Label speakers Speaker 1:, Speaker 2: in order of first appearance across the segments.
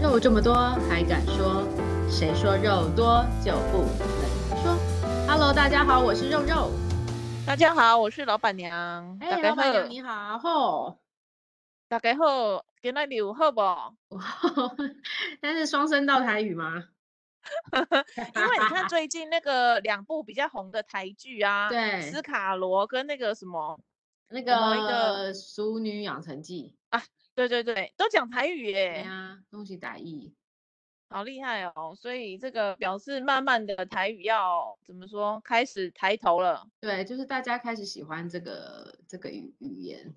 Speaker 1: 肉这么多，还敢说？谁说肉多就不能说？Hello，大家好，我是肉肉。
Speaker 2: 大家好，我是老板娘。
Speaker 1: 哎、
Speaker 2: 大家
Speaker 1: 老板
Speaker 2: 好
Speaker 1: 娘，你好，吼、
Speaker 2: 大家好，今天你有好不？
Speaker 1: 但是双声道台语吗？
Speaker 2: 因为你看最近那个两部比较红的台剧啊，
Speaker 1: 对
Speaker 2: 斯卡罗跟那个什么，
Speaker 1: 那
Speaker 2: 么一
Speaker 1: 个《
Speaker 2: 个
Speaker 1: 熟女养成记
Speaker 2: 对对对，都讲台语》
Speaker 1: 对
Speaker 2: 耶，
Speaker 1: 啊，恭喜打译。
Speaker 2: 好厉害哦！所以这个表示慢慢的台语要怎么说，开始抬头了。
Speaker 1: 对，就是大家开始喜欢这个这个语语言，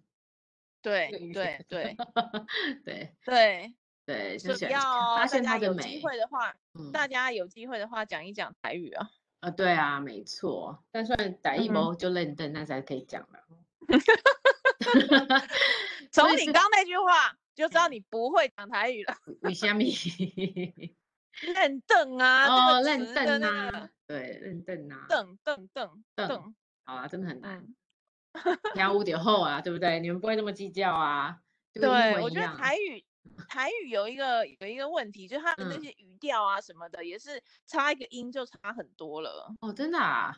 Speaker 1: 这个
Speaker 2: 对
Speaker 1: 语
Speaker 2: 对
Speaker 1: 言，
Speaker 2: 对
Speaker 1: 对
Speaker 2: 对，
Speaker 1: 对，就
Speaker 2: 所以
Speaker 1: 喜欢
Speaker 2: 要
Speaker 1: 发
Speaker 2: 大
Speaker 1: 现它
Speaker 2: 家
Speaker 1: 的
Speaker 2: 有机
Speaker 1: 美。
Speaker 2: 会的话，
Speaker 1: 嗯
Speaker 2: 大家有机会的话讲一讲台语啊。
Speaker 1: 啊，对啊，没错。但虽然打一
Speaker 2: 嗯
Speaker 1: 毛就认真，但是还可以讲嘛。
Speaker 2: 从
Speaker 1: 所以
Speaker 2: 你
Speaker 1: 是
Speaker 2: 刚那句话就知道你不会讲台语了。
Speaker 1: 为虾 米？
Speaker 2: 认凳啊，
Speaker 1: 哦，
Speaker 2: 这
Speaker 1: 认
Speaker 2: 个词的
Speaker 1: 凳
Speaker 2: 那个
Speaker 1: 啊，对，认凳啊，
Speaker 2: 凳凳凳
Speaker 1: 凳
Speaker 2: 凳，
Speaker 1: 好啊，真的很难。
Speaker 2: 嗯，
Speaker 1: 跳舞点后啊，对不对？你们不会那么计较啊，就跟英
Speaker 2: 对，
Speaker 1: 文
Speaker 2: 我
Speaker 1: 一
Speaker 2: 觉得
Speaker 1: 样啊
Speaker 2: 台语台语有一个有一个问题，就是它的那
Speaker 1: 嗯
Speaker 2: 些语调啊什么的，也是差一个音就差很多了。
Speaker 1: 哦，真的啊，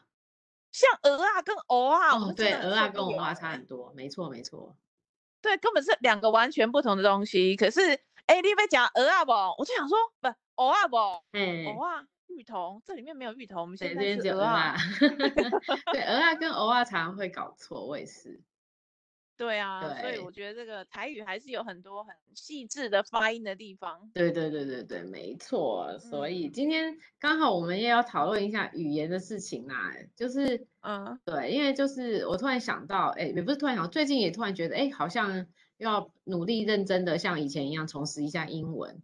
Speaker 2: 像鹅啊跟鹅啊，我
Speaker 1: 哦，
Speaker 2: 们真
Speaker 1: 对，
Speaker 2: 的很
Speaker 1: 鹅啊
Speaker 2: 受
Speaker 1: 跟
Speaker 2: 不
Speaker 1: 我
Speaker 2: 了
Speaker 1: 蛙差
Speaker 2: 欸
Speaker 1: 很多，没错没错。
Speaker 2: 对，根本是两个完全不同的东西。可是，哎，你被讲鹅啊不？我就想说，不，鹅啊不，
Speaker 1: 哎，
Speaker 2: 鹅啊，芋头，这里面没有芋头，我们
Speaker 1: 对，
Speaker 2: 现
Speaker 1: 这
Speaker 2: 在
Speaker 1: 边只
Speaker 2: 是
Speaker 1: 有
Speaker 2: 鹅
Speaker 1: 鹅
Speaker 2: 啊
Speaker 1: 啊。， 对，鹅啊跟鹅啊常常会搞错，我也是。
Speaker 2: 对啊，所以
Speaker 1: 对
Speaker 2: 我觉得这个台语还是有很多很细致的发音的地方。
Speaker 1: 对对对对对，没错。所以
Speaker 2: 嗯
Speaker 1: 今天刚好我们也要讨论一下语言的事情啦，就是
Speaker 2: 嗯，
Speaker 1: 对，因为就是我突然想到，哎，也不是突然想到，最近也突然觉得，哎，好像要努力认真的像以前一样重拾一下英文。
Speaker 2: 嗯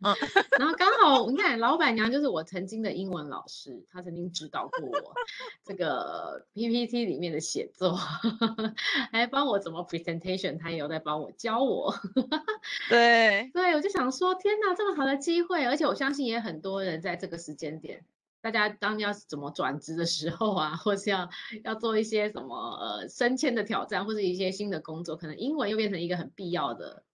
Speaker 1: 然后刚好你看，老板娘就是我曾经的英文老师，她曾经指导过我这个 PPT 里面的写作， 还帮我怎么 presentation，她也有在帮我教我。
Speaker 2: 对，
Speaker 1: 对，我就想说，天哪，这么好的机会，而且我相信也很多人在这个时间点，大家当要怎么转职的时候啊，或是要要做一些什么呃升迁的挑战，或是一些新的工作，可能英文又变成一个很必要的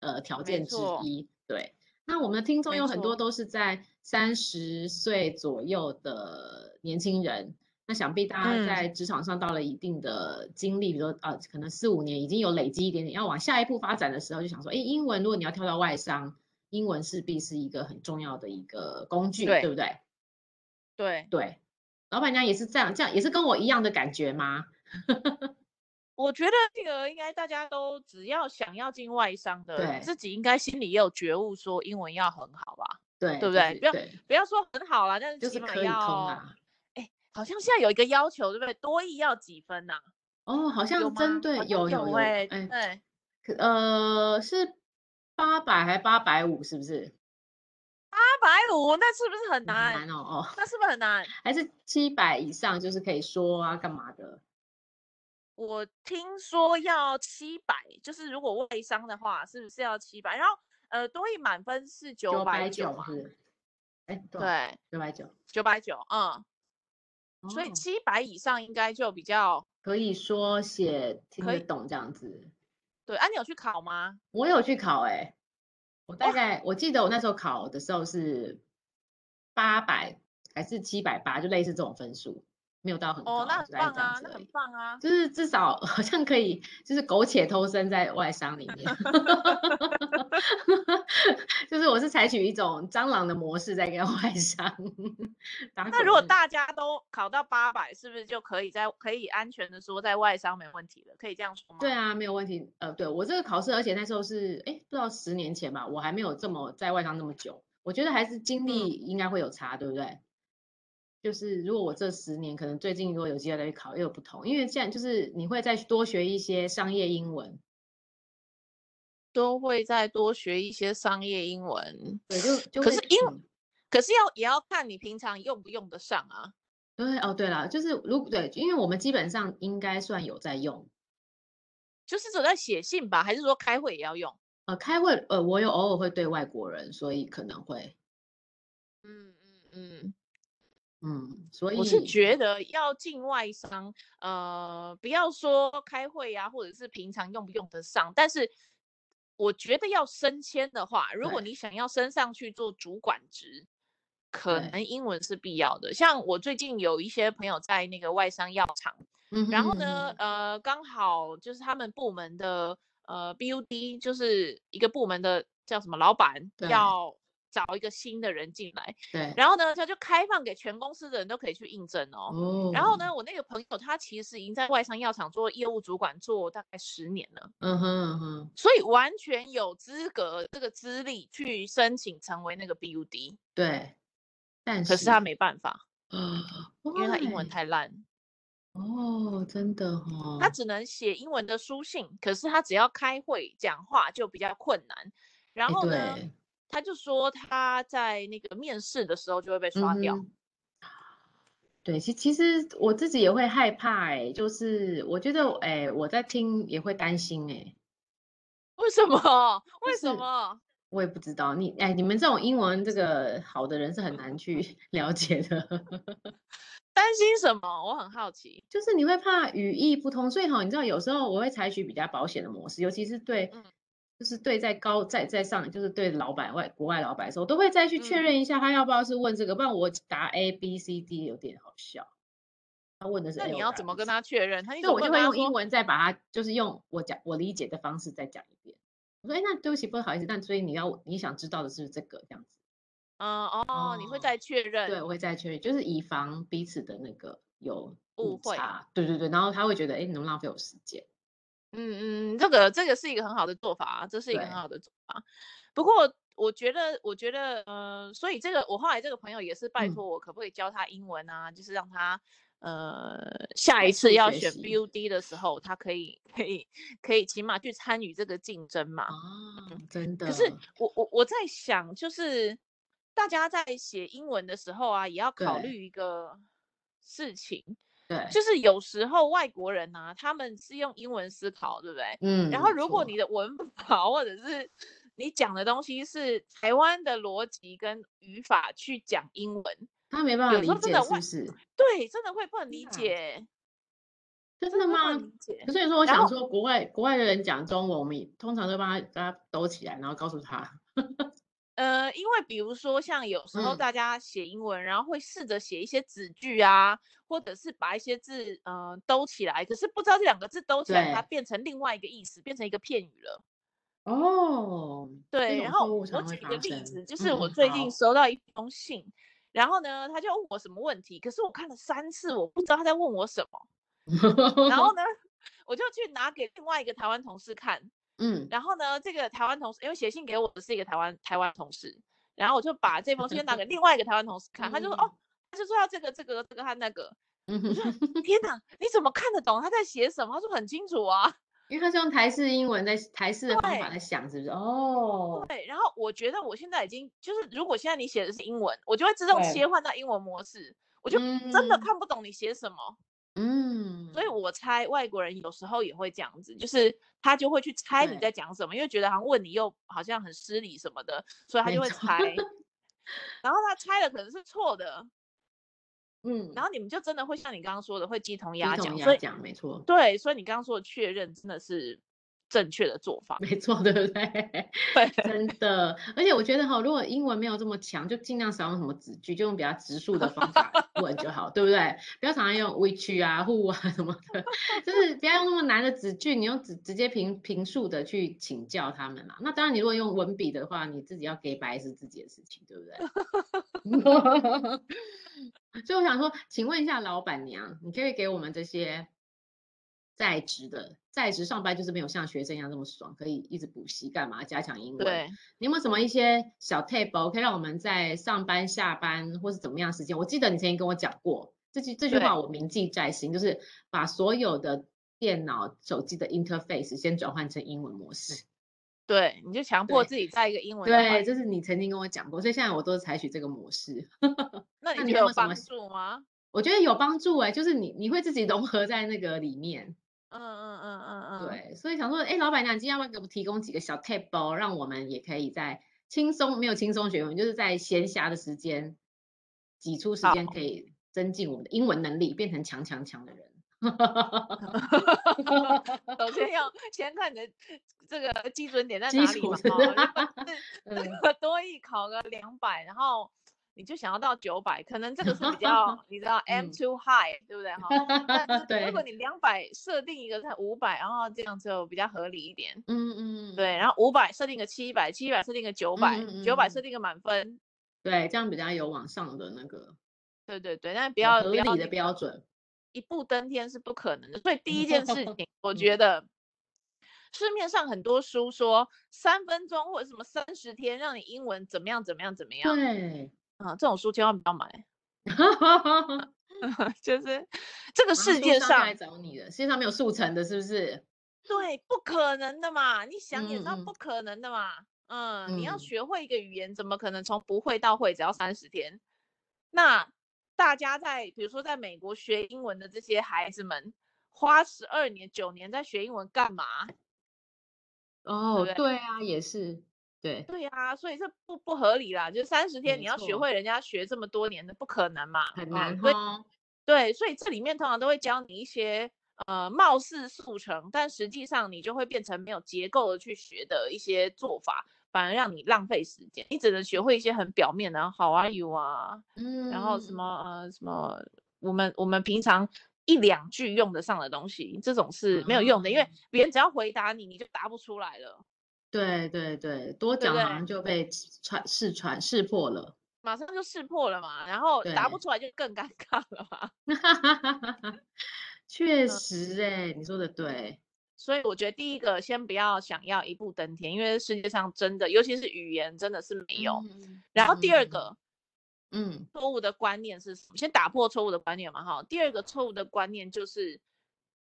Speaker 1: 呃条
Speaker 2: 没
Speaker 1: 件之
Speaker 2: 错
Speaker 1: 一。对，那我们的听众
Speaker 2: 没
Speaker 1: 有很多
Speaker 2: 错
Speaker 1: 都是在三十岁左右的年轻人。那想必大家
Speaker 2: 嗯
Speaker 1: 在职场上到了一定的经历，比如说呃，可能四五年已经有累积一点点，要往下一步发展的时候，就想说，哎，英文如果你要跳到外商，英文势必是一个很重要的一个工具，对
Speaker 2: 对
Speaker 1: 不对？
Speaker 2: 对，
Speaker 1: 对，老板娘也是这样，这样也是跟我一样的感觉吗？
Speaker 2: 我觉得这个应该大家都只要想要进外商的
Speaker 1: 对
Speaker 2: 人，自己应该心里也有觉悟，说英文要很好吧？
Speaker 1: 对，
Speaker 2: 对
Speaker 1: 就
Speaker 2: 不对
Speaker 1: 是
Speaker 2: 不要
Speaker 1: 对，
Speaker 2: 不要说很好啦，但是
Speaker 1: 就是
Speaker 2: 起码
Speaker 1: 可以通
Speaker 2: 要，
Speaker 1: 啊。
Speaker 2: 哎，好像现在有一个要求，对不对？多译要几分呐？
Speaker 1: 哦，好
Speaker 2: 有
Speaker 1: 像针
Speaker 2: 吗？
Speaker 1: 对
Speaker 2: 好像
Speaker 1: 有有
Speaker 2: 有
Speaker 1: 有，
Speaker 2: 哎，
Speaker 1: 哎，
Speaker 2: 对，
Speaker 1: 可呃，是八百还八百五，是不是？
Speaker 2: 八百五，那是不是很
Speaker 1: 很难
Speaker 2: 难？
Speaker 1: 哦哦，
Speaker 2: 那是不是很难？
Speaker 1: 还是七百以上就是可以说啊，干嘛的？
Speaker 2: 我听说要七百，就是如果外商的话，是不是要七百？然后呃，多一满分是九百
Speaker 1: 百
Speaker 2: 九嘛？
Speaker 1: 是不是？哎，多少？
Speaker 2: 对，
Speaker 1: 九百九。
Speaker 2: 九百九，嗯，所以
Speaker 1: 哦，
Speaker 2: 七百以上应该就比较
Speaker 1: 可以说写听
Speaker 2: 可
Speaker 1: 得
Speaker 2: 以
Speaker 1: 懂这样子。
Speaker 2: 对。啊，你有去考吗？
Speaker 1: 我有去考哎、我大
Speaker 2: 哇
Speaker 1: 概我记得我那时候考的时候是八百还是七百八，就类似这种分数，没有到很高，
Speaker 2: 哦，那很
Speaker 1: 就大概
Speaker 2: 棒
Speaker 1: 这样
Speaker 2: 啊，
Speaker 1: 子
Speaker 2: 那
Speaker 1: 而
Speaker 2: 很
Speaker 1: 已。
Speaker 2: 棒啊，
Speaker 1: 就是至少好像可以，就是苟且偷生在外商里面， 就是我是采取一种蟑螂的模式在跟外商 打滚。
Speaker 2: 那如果大家都考到八百，是不是就可以在可以安全的说在外商没问题了？可以这样说吗？
Speaker 1: 对啊，没有问题。呃，对我这个考试，而且那时候是，哎，不知道十年前吧，我还没有这么在外商那么久。我觉得还是经
Speaker 2: 嗯
Speaker 1: 历应该会有差，对不对？就是如果我这十年，可能最近如果有机会再去考，又有不同，因为这样就是你会再多学一些商业英文，
Speaker 2: 都会再多学一些商业英文，
Speaker 1: 对，就就
Speaker 2: 可
Speaker 1: 会
Speaker 2: 是英
Speaker 1: 嗯
Speaker 2: 可是要也要看你平常用不用得上啊。
Speaker 1: 对哦，对了，就是如对，因为我们基本上应该算有在用，
Speaker 2: 就是只有在写信吧，还是说开会也要用？
Speaker 1: 呃，开会，呃，我有偶尔会对外国人，所以可能会，
Speaker 2: 嗯嗯
Speaker 1: 嗯，所以
Speaker 2: 我是觉得要进外商，呃，不要说开会啊，或者是平常用不用得上，但是我觉得要升迁的话，如果
Speaker 1: 对
Speaker 2: 你想要升上去做主管职，可
Speaker 1: 对
Speaker 2: 能英文是必要的。像我最近有一些朋友在那个外商药厂，
Speaker 1: 嗯
Speaker 2: 然后
Speaker 1: 哼
Speaker 2: 呢，，呃，刚好就是他们部门的呃 BUD，就是一个部门的叫什么老板
Speaker 1: 对
Speaker 2: 要找一个新的人进来，
Speaker 1: 对，
Speaker 2: 然后呢，他就开放给全公司的人都可以去应征哦。
Speaker 1: 哦，
Speaker 2: 然后呢，我那个朋友他其实已经在外商药厂做业务主管做大概十年了，
Speaker 1: 嗯哼嗯哼，
Speaker 2: 所以完全有资格这个资历去申请成为那个 BUD，
Speaker 1: 对，但
Speaker 2: 可是他没办法，
Speaker 1: 啊，
Speaker 2: 因为他英文
Speaker 1: why？
Speaker 2: 太烂，
Speaker 1: 哦，真的哦，
Speaker 2: 他只能写英文的书信，可是他只要开会讲话就比较困难。然
Speaker 1: 哎
Speaker 2: 后呢，
Speaker 1: 对
Speaker 2: 他就说他在那个面试的时候就会被刷
Speaker 1: 嗯
Speaker 2: 掉。
Speaker 1: 哼对，其其实我自己也会害怕哎、就是我觉得哎、我在听也会担心哎、
Speaker 2: 为什么？为
Speaker 1: 是
Speaker 2: 什么？
Speaker 1: 我也不知道你哎、你们这种英文这个好的人是很难去 了解的，
Speaker 2: 担心什么？我很好奇。
Speaker 1: 就是你会怕语义不通，所以哈，你知道有时候我会采取比较保险的模式，尤其是对，
Speaker 2: 嗯
Speaker 1: 就是对在高在在上，就是对老板外国外老板的时候，我都会再去确
Speaker 2: 嗯
Speaker 1: 认一下他要不要是问这个，不然我答 A B C D 有点好笑。他问的是
Speaker 2: 那
Speaker 1: A，
Speaker 2: 你
Speaker 1: 我
Speaker 2: 要
Speaker 1: 答
Speaker 2: 怎么
Speaker 1: B
Speaker 2: 跟
Speaker 1: C
Speaker 2: 他确认？他你
Speaker 1: 所以我
Speaker 2: 总
Speaker 1: 就
Speaker 2: 不能
Speaker 1: 会
Speaker 2: 跟
Speaker 1: 用
Speaker 2: 他
Speaker 1: 英
Speaker 2: 说
Speaker 1: 文再把它，就是用我讲我理解的方式再讲一遍。我说，哎，那对不起，不好意思，但所以你要你想知道的是这个这样子。
Speaker 2: 嗯哦，你会
Speaker 1: 哦
Speaker 2: 再确认。
Speaker 1: 对，我会再确认，就是以防彼此的那个有
Speaker 2: 误
Speaker 1: 误
Speaker 2: 会
Speaker 1: 差。对对对，然后他会觉得，哎，你怎么浪费我时间？
Speaker 2: 嗯嗯，这个这个是一个很好的做法，啊这是一个很
Speaker 1: 对
Speaker 2: 好的做法。啊不过我觉得，我觉得，呃，所以这个我后来这个朋友也是拜
Speaker 1: 嗯
Speaker 2: 托我，可不可以教他英文啊？就是让他呃下一
Speaker 1: 快
Speaker 2: 次
Speaker 1: 速
Speaker 2: 要
Speaker 1: 学
Speaker 2: 选
Speaker 1: 习
Speaker 2: BUD 的时候，他可以可以可以起码去参与这个竞争嘛。
Speaker 1: 啊，真的。
Speaker 2: 可是我我我在想，就是大家在写英文的时候啊，也要考
Speaker 1: 对
Speaker 2: 虑一个事情，
Speaker 1: 对，
Speaker 2: 就是有时候外国人啊，他们是用英文思考，对不对？
Speaker 1: 嗯，
Speaker 2: 然后
Speaker 1: 没
Speaker 2: 如果
Speaker 1: 错
Speaker 2: 你的文法或者是你讲的东西是台湾的逻辑跟语法去讲英文，
Speaker 1: 他没办法
Speaker 2: 有
Speaker 1: 理
Speaker 2: 时候真
Speaker 1: 解，
Speaker 2: 的
Speaker 1: 是
Speaker 2: 外
Speaker 1: 不是？
Speaker 2: 对，真的会不能理
Speaker 1: 啊
Speaker 2: 解，
Speaker 1: 真的
Speaker 2: 会不
Speaker 1: 吗
Speaker 2: 能理？解。
Speaker 1: 可是你说，我
Speaker 2: 然
Speaker 1: 想
Speaker 2: 后
Speaker 1: 说，国外国外的人讲中文，我们也通常都帮他把他抖起来，然后告诉他，
Speaker 2: 呃，因为比如说像有时候
Speaker 1: 嗯
Speaker 2: 大家写英文，然后会试着写一些子句啊，或者是把一些字呃兜起来，可是不知道这两个字兜起来，它
Speaker 1: 对
Speaker 2: 变成另外一个意思，变成一个片语了。
Speaker 1: 哦，这
Speaker 2: 对，
Speaker 1: 种
Speaker 2: 然
Speaker 1: 错
Speaker 2: 后
Speaker 1: 误
Speaker 2: 我
Speaker 1: 常会
Speaker 2: 举一
Speaker 1: 发
Speaker 2: 个例子，
Speaker 1: 生。嗯
Speaker 2: 就是我
Speaker 1: 嗯，
Speaker 2: 最近
Speaker 1: 好，
Speaker 2: 收到一封信，然后呢，他就问我什么问题，可是我看了三次，我不知道他在问我什么。
Speaker 1: 嗯
Speaker 2: 然后呢，我就去拿给另外一个台湾同事看，
Speaker 1: 嗯，
Speaker 2: 然后呢，这个台湾同事因为写信给我的是一个台湾台湾同事，然后我就把这封信拿给另外一个台湾同事看，他就说哦，他就说要这个这个这个和那个，
Speaker 1: 嗯
Speaker 2: 我
Speaker 1: 哼
Speaker 2: 就
Speaker 1: 哼哼
Speaker 2: 天哪，你怎么看得懂他在写什么？他说很清楚啊。
Speaker 1: 因为他是用台式英文在台式的方法
Speaker 2: 对
Speaker 1: 在想，是不是？哦，
Speaker 2: 对，然后我觉得我现在已经就是，如果现在你写的是英文，我就会自动
Speaker 1: 对
Speaker 2: 切换到英文模式，我就真的
Speaker 1: 嗯
Speaker 2: 看不懂你写什么。
Speaker 1: 嗯，
Speaker 2: 所以我猜外国人有时候也会这样子，就是他就会去猜你
Speaker 1: 对
Speaker 2: 在讲什么，因为觉得好像问你又好像很失礼什么的，所以他
Speaker 1: 没
Speaker 2: 就会
Speaker 1: 错，
Speaker 2: 猜。然后他猜的可能是错的，然
Speaker 1: 嗯，
Speaker 2: 后你们就真的会像你刚刚说的，会鸡同
Speaker 1: 鸡
Speaker 2: 鸭
Speaker 1: 同
Speaker 2: 讲。所
Speaker 1: 鸭
Speaker 2: 以
Speaker 1: 讲，没错，
Speaker 2: 对，所以你刚刚说的确认真的是正确的做法。
Speaker 1: 没错，对不对？
Speaker 2: 对，
Speaker 1: 真的，而且我觉得哈，如果英文没有这么强，就尽量少用什么子句，就用比较直述的方法问就好，对不对？不要常常用 which 啊、who 啊什么的， 就是不要用那么难的子句，你用直直接平平述的去请教他们啦。那当然，你如果用文笔的话，你自己要给白是自己的事情，对不对？ 所以我想说，请问一下老板娘，你可以给我们这些在职的，在职上班就是没有像学生一样这么爽，可以一直补习干嘛，加强英文。
Speaker 2: 对，
Speaker 1: 你有没有什么一些小 table 可以让我们在上班、下班或是怎么样时间？我记得你之前跟我讲过这句这句话，
Speaker 2: 对
Speaker 1: 我铭记在心，就是把所有的电脑、手机的 interface 先转换成英文模式。
Speaker 2: 对，你就强迫
Speaker 1: 对
Speaker 2: 自己在一个英文的环
Speaker 1: 对，这是你曾经跟我讲过，所以现在我都是采取这个模式。 那
Speaker 2: 那你
Speaker 1: 你
Speaker 2: 觉得
Speaker 1: 有没
Speaker 2: 有
Speaker 1: 有什么
Speaker 2: 帮助吗？
Speaker 1: 我觉得有帮助哎、就是你你会自己融合在那个里面。
Speaker 2: 嗯嗯嗯嗯嗯，
Speaker 1: 对，所以想说，哎，老板娘，你今天要不要给我们提供几个小 tip 哦，让我们也可以在轻松没有轻松学英文，就是在闲暇的时间挤出时间，
Speaker 2: 好
Speaker 1: 可以增进我们的英文能力，变成强强强的人。
Speaker 2: 首 先要先看你的这个基准点在
Speaker 1: 基
Speaker 2: 哪里
Speaker 1: 础
Speaker 2: 嘛。
Speaker 1: 是
Speaker 2: 哦如果是
Speaker 1: 嗯，
Speaker 2: 这个多艺考个两百，然后你就想要到九百，可能这个是 比较你知道 M
Speaker 1: 嗯
Speaker 2: too high，、对不对哈？但是
Speaker 1: 对
Speaker 2: 如果你两百设定一个在五百，然后这样就比较合理一点。
Speaker 1: 嗯嗯，嗯
Speaker 2: 对，然后五百设定个七百，七百设定个九百
Speaker 1: 嗯嗯，
Speaker 2: 九百设
Speaker 1: 嗯
Speaker 2: 定个满分。
Speaker 1: 对，这样比较有往上的那个
Speaker 2: 对对对，但不
Speaker 1: 比
Speaker 2: 要
Speaker 1: 合
Speaker 2: 不要
Speaker 1: 理
Speaker 2: 那
Speaker 1: 的
Speaker 2: 个
Speaker 1: 标准。
Speaker 2: 一步登天是不可能的。所以第一件事 情，我
Speaker 1: 嗯
Speaker 2: 觉得市面上很多书说三分钟或者什么三十天让你英文怎么样怎么样怎么样
Speaker 1: 对，
Speaker 2: 啊、这种书千万不要买。
Speaker 1: 嗯
Speaker 2: 就是这个
Speaker 1: 啊
Speaker 2: 世
Speaker 1: 书
Speaker 2: 界
Speaker 1: 商就来
Speaker 2: 上
Speaker 1: 找你的，世界上没有速成的，是不是？
Speaker 2: 对不可能的嘛，你想也知道
Speaker 1: 嗯嗯
Speaker 2: 不可能的嘛。嗯，你要
Speaker 1: 嗯
Speaker 2: 学会一个语言，怎么可能从不会到会只要三十天？那大家在比如说在美国学英文的这些孩子们，花十二年九年在学英文干嘛？
Speaker 1: 哦，
Speaker 2: 对
Speaker 1: 对啊，也是，对，
Speaker 2: 对呀、啊所以这不不合理啦。就三十天
Speaker 1: 没
Speaker 2: 你要学
Speaker 1: 错
Speaker 2: 会人家学这么多年的，不可能嘛，
Speaker 1: 很
Speaker 2: 嗯
Speaker 1: 难
Speaker 2: 所以
Speaker 1: 哦。
Speaker 2: 对，所以这里面通常都会教你一些呃貌似速成，但实际上你就会变成没有结构的去学的一些做法，反而让你浪费时间。你只能学会一些很表面的 How are you 啊，
Speaker 1: 嗯，
Speaker 2: 然后什么呃什么，我们我们平常一两句用得上的东西，这种是没有用的，因为
Speaker 1: 啊
Speaker 2: 别人只要回答你，你就答不出来了。
Speaker 1: 对对对，多
Speaker 2: 对
Speaker 1: 讲
Speaker 2: 不
Speaker 1: 好
Speaker 2: 对
Speaker 1: 像就被传试传识破了。
Speaker 2: 马上就识破了嘛，然后答不
Speaker 1: 对
Speaker 2: 出来就更尴尬了嘛。
Speaker 1: 确
Speaker 2: 嗯
Speaker 1: 实、欸，哎，你说的对，
Speaker 2: 所以我觉得第一个，先不要想要一步登天，因为世界上真的，尤其是语言，真的是没有。
Speaker 1: 嗯
Speaker 2: 然后第二
Speaker 1: 嗯
Speaker 2: 个
Speaker 1: 嗯，
Speaker 2: 错误的观念是什么？先打破错误的观念嘛，哈。第二个错误的观念就是，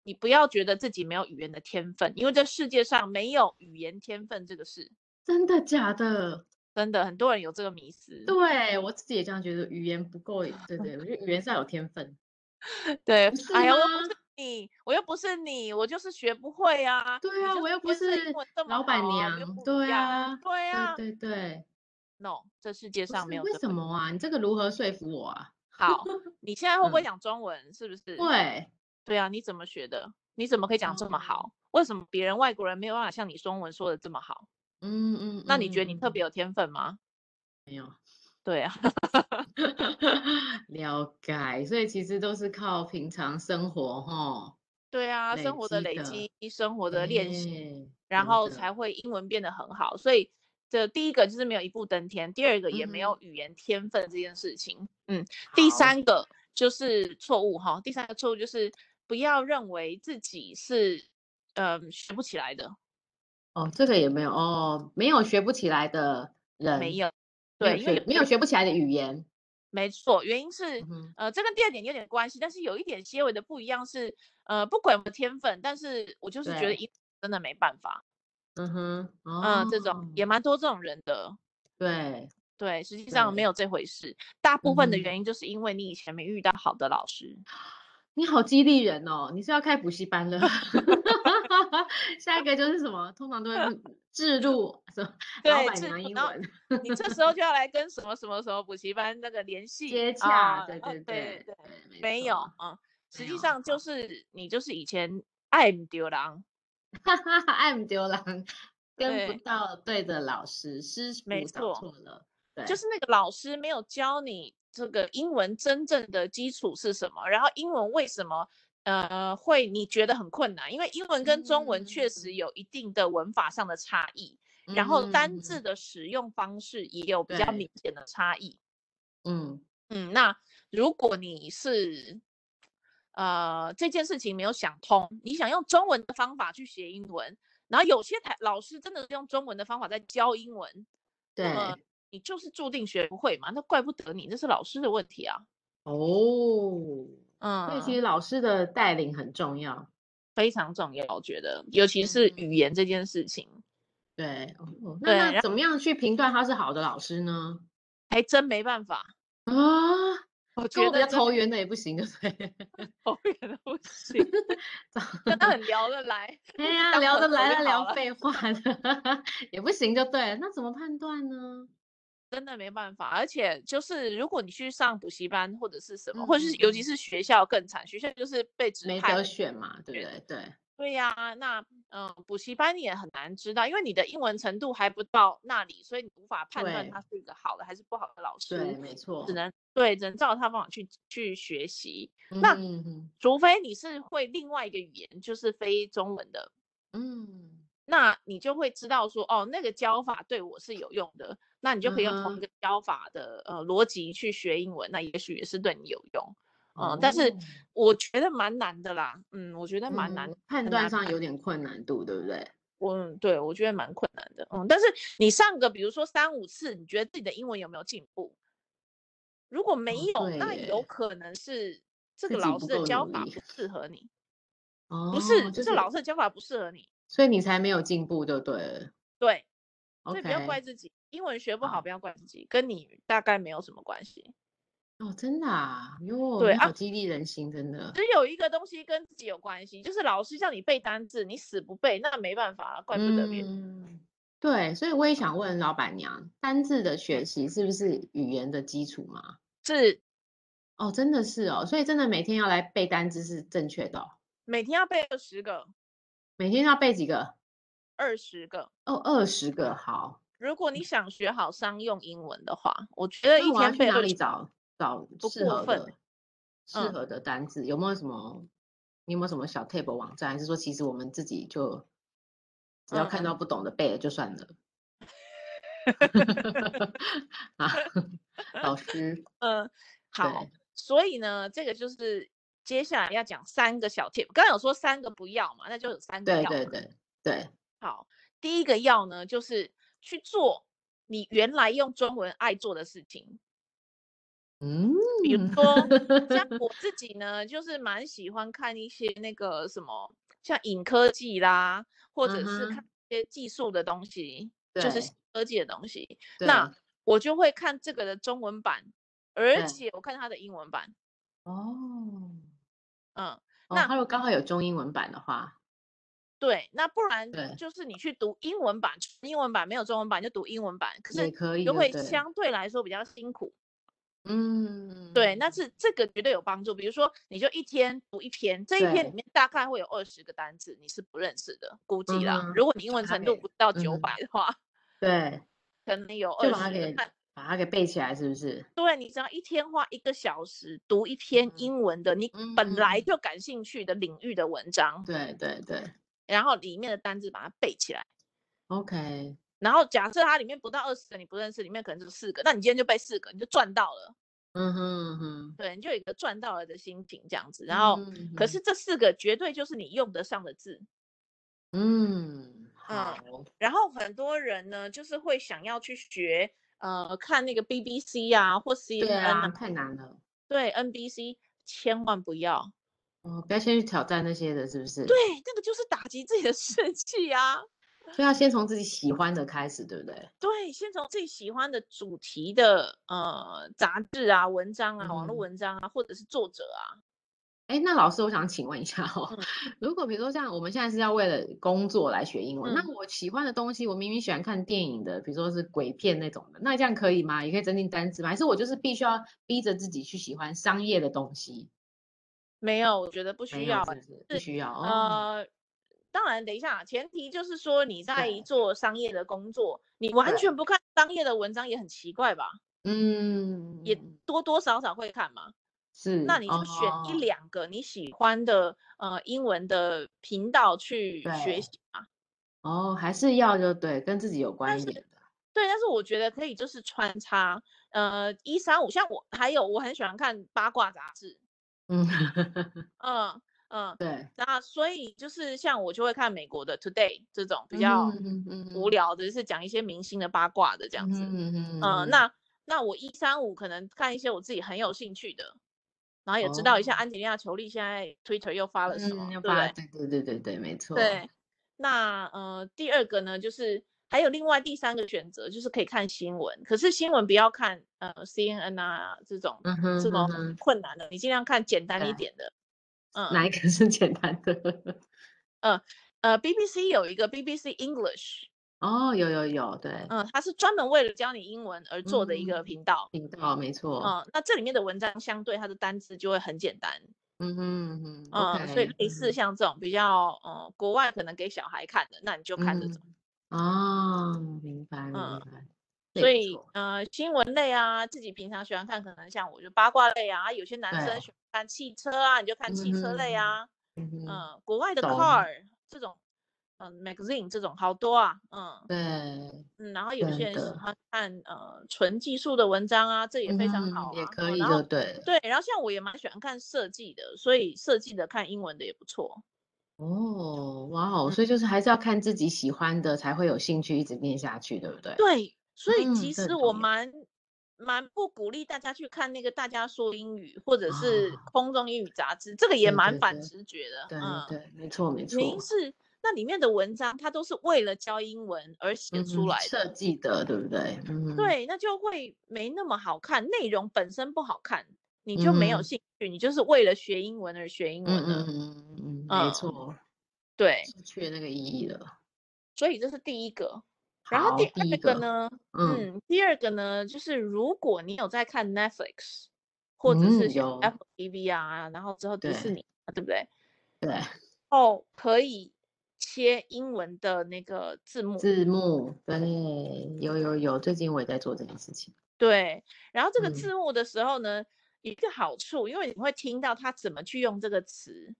Speaker 2: 你不要觉得自己没有语言的天分，因为这世界上没有语言天分这个事，
Speaker 1: 真的假的？
Speaker 2: 真的很多人有这个迷思。
Speaker 1: 对我自己也这样觉得，语言不够，对对，我觉得语言是要有天分。
Speaker 2: 对
Speaker 1: 不是，
Speaker 2: 哎呀，我又
Speaker 1: 吗
Speaker 2: 不是你，我又不是你，我就是学不会啊。
Speaker 1: 对
Speaker 2: 你
Speaker 1: 啊
Speaker 2: 就
Speaker 1: 我又不
Speaker 2: 天生
Speaker 1: 是
Speaker 2: 英文这么
Speaker 1: 老板
Speaker 2: 好啊我又
Speaker 1: 娘
Speaker 2: 不一
Speaker 1: 对
Speaker 2: 样
Speaker 1: 啊
Speaker 2: 对啊
Speaker 1: 对对对，
Speaker 2: ，no，这世界
Speaker 1: 不
Speaker 2: 上
Speaker 1: 是
Speaker 2: 没有
Speaker 1: 为
Speaker 2: 这
Speaker 1: 什
Speaker 2: 回
Speaker 1: 么啊？你这个如何说服我啊？
Speaker 2: 好，你现在会不会
Speaker 1: 嗯
Speaker 2: 讲中文？是不是？
Speaker 1: 对，
Speaker 2: 对啊，你怎么学的？你怎么可以讲这
Speaker 1: 嗯
Speaker 2: 么好？为什么别人外国人没有办法像你中文说的这么好？
Speaker 1: 嗯嗯，
Speaker 2: 那你觉
Speaker 1: 嗯
Speaker 2: 得你特别？有天分吗？
Speaker 1: 没有，
Speaker 2: 对啊，
Speaker 1: 了解，所以其实都是靠平常生活哈，
Speaker 2: 对啊，
Speaker 1: 累
Speaker 2: 生活的
Speaker 1: 积
Speaker 2: 累
Speaker 1: 的
Speaker 2: 积，生活的练习，
Speaker 1: 哎
Speaker 2: 然
Speaker 1: 真
Speaker 2: 后
Speaker 1: 的
Speaker 2: 才会英文变得很好。所以这第一个就是没有一步登天，第二个也
Speaker 1: 嗯
Speaker 2: 没有语言天分这件事情。嗯，第
Speaker 1: 好
Speaker 2: 三个就是错误哈，第三个错误就是不要认为自己是嗯、呃学不起来的。
Speaker 1: 哦，这个也没有哦，没有学不起来的人，
Speaker 2: 没有，
Speaker 1: 嗯没有
Speaker 2: 对，因为
Speaker 1: 学没有学不起来的语言，
Speaker 2: 没错，原因是、
Speaker 1: 嗯哼
Speaker 2: 呃，这跟第二点有点关系，但是有一点些微的不一样是，呃，不管我天分，但是我就是觉
Speaker 1: 对
Speaker 2: 得一真的没办法，
Speaker 1: 嗯哼，
Speaker 2: 嗯、这种
Speaker 1: 哦
Speaker 2: 也蛮多这种人的，
Speaker 1: 对，
Speaker 2: 对，实际上没
Speaker 1: 对
Speaker 2: 有这回事，大部分的
Speaker 1: 嗯哼
Speaker 2: 原因就是因为你以前没遇到好的老师，
Speaker 1: 你好激励人哦！你是要开补习班 了？下一个就是什么？通常 都会嗯置入什么老
Speaker 2: 对
Speaker 1: 板
Speaker 2: 置
Speaker 1: 娘
Speaker 2: 入
Speaker 1: 英
Speaker 2: 然后
Speaker 1: 文，
Speaker 2: 你这时候就要来跟什么什么什么补习班那个联系
Speaker 1: 接
Speaker 2: 啊
Speaker 1: 洽，对
Speaker 2: 啊
Speaker 1: 对
Speaker 2: 对
Speaker 1: 对，对
Speaker 2: 没有
Speaker 1: 错
Speaker 2: 啊、实
Speaker 1: 没
Speaker 2: 际
Speaker 1: 有嗯
Speaker 2: 上就
Speaker 1: 好
Speaker 2: 是你就是以前爱唔丢狼。
Speaker 1: 爱不丢狼，跟不
Speaker 2: 对
Speaker 1: 到对的老师，师
Speaker 2: 没
Speaker 1: 傅找
Speaker 2: 错
Speaker 1: 错了，对，
Speaker 2: 就是那个老师没有教你这个英文真正的基础是什么，然后英文为什么呃会你觉得很困难？因为英文跟中文确
Speaker 1: 嗯
Speaker 2: 实有一定的文法上的差异，然后
Speaker 1: 嗯
Speaker 2: 单字的使用方式也有比较
Speaker 1: 对
Speaker 2: 明显的差异。
Speaker 1: 嗯，
Speaker 2: 嗯，那如果你是呃这件事情没有想通，你想用中文的方法去学英文，然后有些台老师真的是用中文的方法在教英文，
Speaker 1: 对，
Speaker 2: 么你就是注定学不会嘛，那怪不得你，这是老师的问题啊。
Speaker 1: 哦，所以其
Speaker 2: 嗯，
Speaker 1: 实老师的带领很重要，
Speaker 2: 非常重要，我觉得，尤其是
Speaker 1: 嗯
Speaker 2: 语言这件事情，
Speaker 1: 对，哦
Speaker 2: 对
Speaker 1: 那那
Speaker 2: 然
Speaker 1: 怎么样去评断他是好的老师呢？
Speaker 2: 还真没办法。
Speaker 1: 啊？
Speaker 2: 我
Speaker 1: 跟
Speaker 2: 觉
Speaker 1: 我比
Speaker 2: 得
Speaker 1: 较
Speaker 2: 真
Speaker 1: 投缘的也不行，对不对？
Speaker 2: 头远的不行， 跟他很聊得来。
Speaker 1: 哎呀，
Speaker 2: 当
Speaker 1: 聊
Speaker 2: 朋
Speaker 1: 得
Speaker 2: 友
Speaker 1: 来
Speaker 2: 就
Speaker 1: 了，
Speaker 2: 好
Speaker 1: 聊
Speaker 2: 了
Speaker 1: 废话的也不行，就对了。那怎么判断呢？
Speaker 2: 真的没办法，而且就是如果你去上补习班或者是什么，或者是尤其是学校更惨，学校就是被指
Speaker 1: 嗯没
Speaker 2: 派
Speaker 1: 得。选嘛，对不对？对，
Speaker 2: 对呀、那嗯、呃补习班你也很难知道，因为你的英文程度还不到那里，所以你无法判断
Speaker 1: 对
Speaker 2: 他是一个好的还是不好的老师。
Speaker 1: 对，没错。
Speaker 2: 只能对，只能照他方法去去学习，那
Speaker 1: 嗯嗯
Speaker 2: 除非你是会另外一个语言，就是非中文的，
Speaker 1: 嗯嗯，
Speaker 2: 那你就会知道说，哦，那个教法对我是有用的，那你就可以用
Speaker 1: 嗯哼
Speaker 2: 同一个教法的、呃逻辑去学英文，那也许也是对你有用。嗯，但是
Speaker 1: 哦
Speaker 2: 我觉得蛮难的啦，嗯，我觉得蛮难
Speaker 1: 嗯，判
Speaker 2: 很
Speaker 1: 断
Speaker 2: 难
Speaker 1: 上
Speaker 2: 判
Speaker 1: 有点困难度，对不对？
Speaker 2: 我嗯对我觉得蛮困难的，嗯，但是你上个比如说三五次，你觉得自己的英文有没有进步？如果没
Speaker 1: 哦
Speaker 2: 有，
Speaker 1: 对
Speaker 2: 那
Speaker 1: 耶
Speaker 2: 有可能是
Speaker 1: 自
Speaker 2: 这个
Speaker 1: 己
Speaker 2: 老
Speaker 1: 不
Speaker 2: 师的
Speaker 1: 够
Speaker 2: 教
Speaker 1: 努
Speaker 2: 法
Speaker 1: 力
Speaker 2: 不适合你，
Speaker 1: 哦，
Speaker 2: 不是，
Speaker 1: 就
Speaker 2: 这
Speaker 1: 是
Speaker 2: 老师的教法不适合你，
Speaker 1: 所以你才没有进步，就对了。
Speaker 2: 对，所
Speaker 1: OK，
Speaker 2: 以不要怪自己，英文学不
Speaker 1: 好
Speaker 2: 好不要怪自己，跟你大概没有什么关系。
Speaker 1: 哦，真的啊，哟，
Speaker 2: 对
Speaker 1: 你
Speaker 2: 啊
Speaker 1: 好激励人心，真的。
Speaker 2: 只有一个东西跟自己有关系，就是老师叫你背单字，你死不背，那没办法了，啊怪不得别人。
Speaker 1: 嗯，对，所以我也想问老板娘，单字的学习是不是语言的基础嘛？
Speaker 2: 是
Speaker 1: 哦，真的是哦，所以真的每天要来背单字是正确的哦、
Speaker 2: 每天要背二十个，
Speaker 1: 每天要背几个？
Speaker 2: 二十个。
Speaker 1: 哦，二十个，好。
Speaker 2: 如果你想学好商用英文的话，我觉得
Speaker 1: 嗯那
Speaker 2: 一
Speaker 1: 我要
Speaker 2: 天
Speaker 1: 去
Speaker 2: 背
Speaker 1: 哪
Speaker 2: 二
Speaker 1: 里
Speaker 2: 十，
Speaker 1: 找找
Speaker 2: 不
Speaker 1: 适
Speaker 2: 过
Speaker 1: 合
Speaker 2: 分
Speaker 1: 的、适
Speaker 2: 嗯
Speaker 1: 合的单字？有没有什么？你有没有什么小 table 网站？还是说其实我们自己就只要看
Speaker 2: 嗯
Speaker 1: 到不懂的背了就算了？ 啊，老师，
Speaker 2: 嗯，好
Speaker 1: 对，
Speaker 2: 所以呢，这个就是接下来要讲三个小 tip。刚刚有说三个不要嘛，那就有三个
Speaker 1: 对
Speaker 2: 要。
Speaker 1: 对对对，
Speaker 2: 好，第一个要呢，就是去做你原来用中文爱做的事情。
Speaker 1: 嗯，
Speaker 2: 比如说 像我自己呢，就是蛮喜欢看一些那个什么，像影科技啦，或者是
Speaker 1: 嗯
Speaker 2: 看一些技术的东西，就是
Speaker 1: 对
Speaker 2: 科技的东西。
Speaker 1: 对
Speaker 2: 那我就会看这个的中文版，而
Speaker 1: 对
Speaker 2: 且我看它的英文版。
Speaker 1: 哦，
Speaker 2: 嗯，
Speaker 1: 哦，
Speaker 2: 那
Speaker 1: 他如果刚好有中英文版的话，
Speaker 2: 对，那不
Speaker 1: 对
Speaker 2: 然就是你去读英文版，英文版没有中文版就读英文版，可
Speaker 1: 也
Speaker 2: 是
Speaker 1: 可以
Speaker 2: 就
Speaker 1: 的，
Speaker 2: 会
Speaker 1: 对，
Speaker 2: 相对来说比较辛苦。
Speaker 1: 嗯，
Speaker 2: 对，那是这个绝对有帮助。比如说，你就一天读一篇，这一篇
Speaker 1: 对
Speaker 2: 里面大概会有二十个单字你是不认识的，估计啦。
Speaker 1: 嗯哼
Speaker 2: 如果你英文
Speaker 1: 差
Speaker 2: 程度
Speaker 1: 别
Speaker 2: 不到
Speaker 1: 嗯
Speaker 2: 九
Speaker 1: 哼
Speaker 2: 百的话，
Speaker 1: 对，
Speaker 2: 可能有
Speaker 1: 就
Speaker 2: 二
Speaker 1: 把它
Speaker 2: 十个
Speaker 1: 给
Speaker 2: 那
Speaker 1: 把它给背起来，是不是？
Speaker 2: 对，你只要一天花一个小时读一篇
Speaker 1: 嗯
Speaker 2: 英文的，你本来
Speaker 1: 嗯
Speaker 2: 就感兴趣的领域的文章，
Speaker 1: 对对对
Speaker 2: 然后里面的单字把它背起来。
Speaker 1: ，OK，
Speaker 2: 然后假设它里面不到二十个你不认识，里面可能就四个，那你今天就背四个，你就赚到了。
Speaker 1: 嗯哼嗯哼，
Speaker 2: 对，你就有一个赚到了的心情这样子。然后，
Speaker 1: 嗯
Speaker 2: 可是这四个绝对就是你用得上的字。
Speaker 1: 嗯，好，
Speaker 2: 然后很多人呢，就是会想要去学，呃，看那个 BBC 啊或 CNN
Speaker 1: 对啊，
Speaker 2: 啊，
Speaker 1: 太难了，
Speaker 2: 对 NBC，千万不要。
Speaker 1: 哦，不要先去挑战那些的，是不是？
Speaker 2: 对，，那个就是打击自己的士气啊。
Speaker 1: 所以要先从自己喜欢的开始，对不对？
Speaker 2: 对，先从自己喜欢的主题的呃杂志啊、文章啊、网络
Speaker 1: 嗯
Speaker 2: 文章啊，或者是作者啊，
Speaker 1: 哎，那老师，我想请问一下
Speaker 2: 嗯
Speaker 1: 哦， 如果比如说像我们现在是要为了工作来学英文，那
Speaker 2: 嗯
Speaker 1: 我喜欢的东西，我明明喜欢看电影的，比如说是鬼片那种的，那这样可以吗？也可以增进单词吗？还是我就是必须要逼着自己去喜欢商业的东西？
Speaker 2: 没有，我觉得不需
Speaker 1: 没有，
Speaker 2: 要
Speaker 1: 是
Speaker 2: 欸。
Speaker 1: 不是？不需要哦，
Speaker 2: 呃，当然，等一下，前提就是说你在
Speaker 1: 对
Speaker 2: 做商业的工作，你完
Speaker 1: 对
Speaker 2: 全不看商业的文章也很奇怪吧？
Speaker 1: 嗯，
Speaker 2: 也多多少少会看嘛。
Speaker 1: 是，
Speaker 2: 那你就选
Speaker 1: 哦
Speaker 2: 一两个你喜欢的呃英文的频道去
Speaker 1: 对
Speaker 2: 学习嘛。
Speaker 1: 哦，还是要就对，跟自己有关
Speaker 2: 但
Speaker 1: 一
Speaker 2: 是
Speaker 1: 点的，
Speaker 2: 对，但是我觉得可以就是穿插，呃，一三五，像我还有我很喜欢看八卦杂志，
Speaker 1: 嗯，
Speaker 2: 嗯嗯，
Speaker 1: 对，
Speaker 2: 那所以就是像我就会看美国的 Today 这种比较
Speaker 1: 嗯嗯
Speaker 2: 无聊的，是讲一些明星的八卦的这
Speaker 1: 这
Speaker 2: 样子，
Speaker 1: 嗯
Speaker 2: 嗯，那那我一三五可能看一些我自己很有兴趣的，然后也知道一下
Speaker 1: 哦
Speaker 2: 安吉丽娜·裘丽现在 Twitter 又发了什么，
Speaker 1: 嗯，要
Speaker 2: 对不
Speaker 1: 把
Speaker 2: 对？
Speaker 1: 对对对对对，没错，
Speaker 2: 对，那呃，第二个呢，就是还有另外第三个选择，就是可以看新闻，可是新闻不要看呃 CNN 啊这种
Speaker 1: 嗯哼
Speaker 2: 这种
Speaker 1: 嗯哼
Speaker 2: 困难的，你尽量看简单
Speaker 1: 对
Speaker 2: 一点的。
Speaker 1: 哪
Speaker 2: 嗯
Speaker 1: 一个是简单的？
Speaker 2: 呃，BBC 有一个 BBC English，
Speaker 1: 哦，有有有，对，
Speaker 2: 嗯，它是专门为了教你英文而做的一个频道。
Speaker 1: 嗯频道没错，
Speaker 2: 嗯，那这里面的文章相对它的单字就会很简单，
Speaker 1: 嗯哼嗯哼
Speaker 2: 嗯，所以类似
Speaker 1: 嗯
Speaker 2: 像这种比较，嗯，国外可能给小孩看的，那你就看这种。
Speaker 1: 哦，明白明
Speaker 2: 嗯
Speaker 1: 白，这
Speaker 2: 所
Speaker 1: 也不
Speaker 2: 以
Speaker 1: 错
Speaker 2: 呃，新闻类啊，自己平常喜欢看，可能像我就八卦类啊，有些男
Speaker 1: 对
Speaker 2: 生喜欢看汽车啊，你就看汽车类
Speaker 1: 嗯
Speaker 2: 啊，
Speaker 1: 嗯哼，
Speaker 2: 嗯，国外的
Speaker 1: 懂
Speaker 2: car 这种，嗯，magazine 这种好多啊，嗯
Speaker 1: 对，
Speaker 2: 嗯，然后有些
Speaker 1: 真
Speaker 2: 人喜
Speaker 1: 的，
Speaker 2: 欢看呃纯技术的文章啊，这也
Speaker 1: 嗯
Speaker 2: 非常
Speaker 1: 哼，
Speaker 2: 好
Speaker 1: 也
Speaker 2: 啊，
Speaker 1: 可
Speaker 2: 嗯，
Speaker 1: 以
Speaker 2: 然
Speaker 1: 就
Speaker 2: 后
Speaker 1: 对了，
Speaker 2: 对，然后像我也蛮喜欢看设计的，所以设计的看英文的也不错，
Speaker 1: 哦，哇哦，
Speaker 2: 嗯，
Speaker 1: 所以就是还是要看自己喜欢的，才会有兴趣一直念下去，对不对？
Speaker 2: 对，所以
Speaker 1: 嗯，
Speaker 2: 其
Speaker 1: 这
Speaker 2: 实
Speaker 1: 很重要
Speaker 2: 我蛮蛮不鼓励大家去看那个大家说英语或者是
Speaker 1: 啊，
Speaker 2: 空中英语杂志，这个也
Speaker 1: 对
Speaker 2: 蛮
Speaker 1: 对
Speaker 2: 反
Speaker 1: 对
Speaker 2: 直觉的，
Speaker 1: 对
Speaker 2: 嗯，
Speaker 1: 对，没错没
Speaker 2: 原因
Speaker 1: 错，
Speaker 2: 是那里面的文章它都是为了教英文而写
Speaker 1: 嗯
Speaker 2: 出
Speaker 1: 哼，
Speaker 2: 来
Speaker 1: 设
Speaker 2: 的，
Speaker 1: 计的，对不对？嗯
Speaker 2: 对，那就会没那么好看，内容本身不好看，你就没有
Speaker 1: 嗯
Speaker 2: 兴趣，你就是为了学英文而学英
Speaker 1: 嗯嗯
Speaker 2: 文的，
Speaker 1: 嗯嗯，没
Speaker 2: 嗯，
Speaker 1: 错，
Speaker 2: 对，
Speaker 1: 失去了那个意义了。
Speaker 2: 所以这是第一个。然后
Speaker 1: 好，
Speaker 2: 第
Speaker 1: 第一
Speaker 2: 二个
Speaker 1: 个，
Speaker 2: 呢，
Speaker 1: 嗯
Speaker 2: 嗯，第二个呢，就是如果你有在看 Netflix，或者是
Speaker 1: 嗯，
Speaker 2: 像
Speaker 1: 有，
Speaker 2: Apple TV 啊，然后之后迪士
Speaker 1: 对
Speaker 2: 尼啊，对不对？
Speaker 1: 对，
Speaker 2: 哦，可以切英文的那个字幕，
Speaker 1: 字幕，对，有有有，最近我也在做这件事情。
Speaker 2: 对。然后这个
Speaker 1: 嗯，
Speaker 2: 字幕的时候呢，有一个好处，因为你会听到他怎么去用这个词，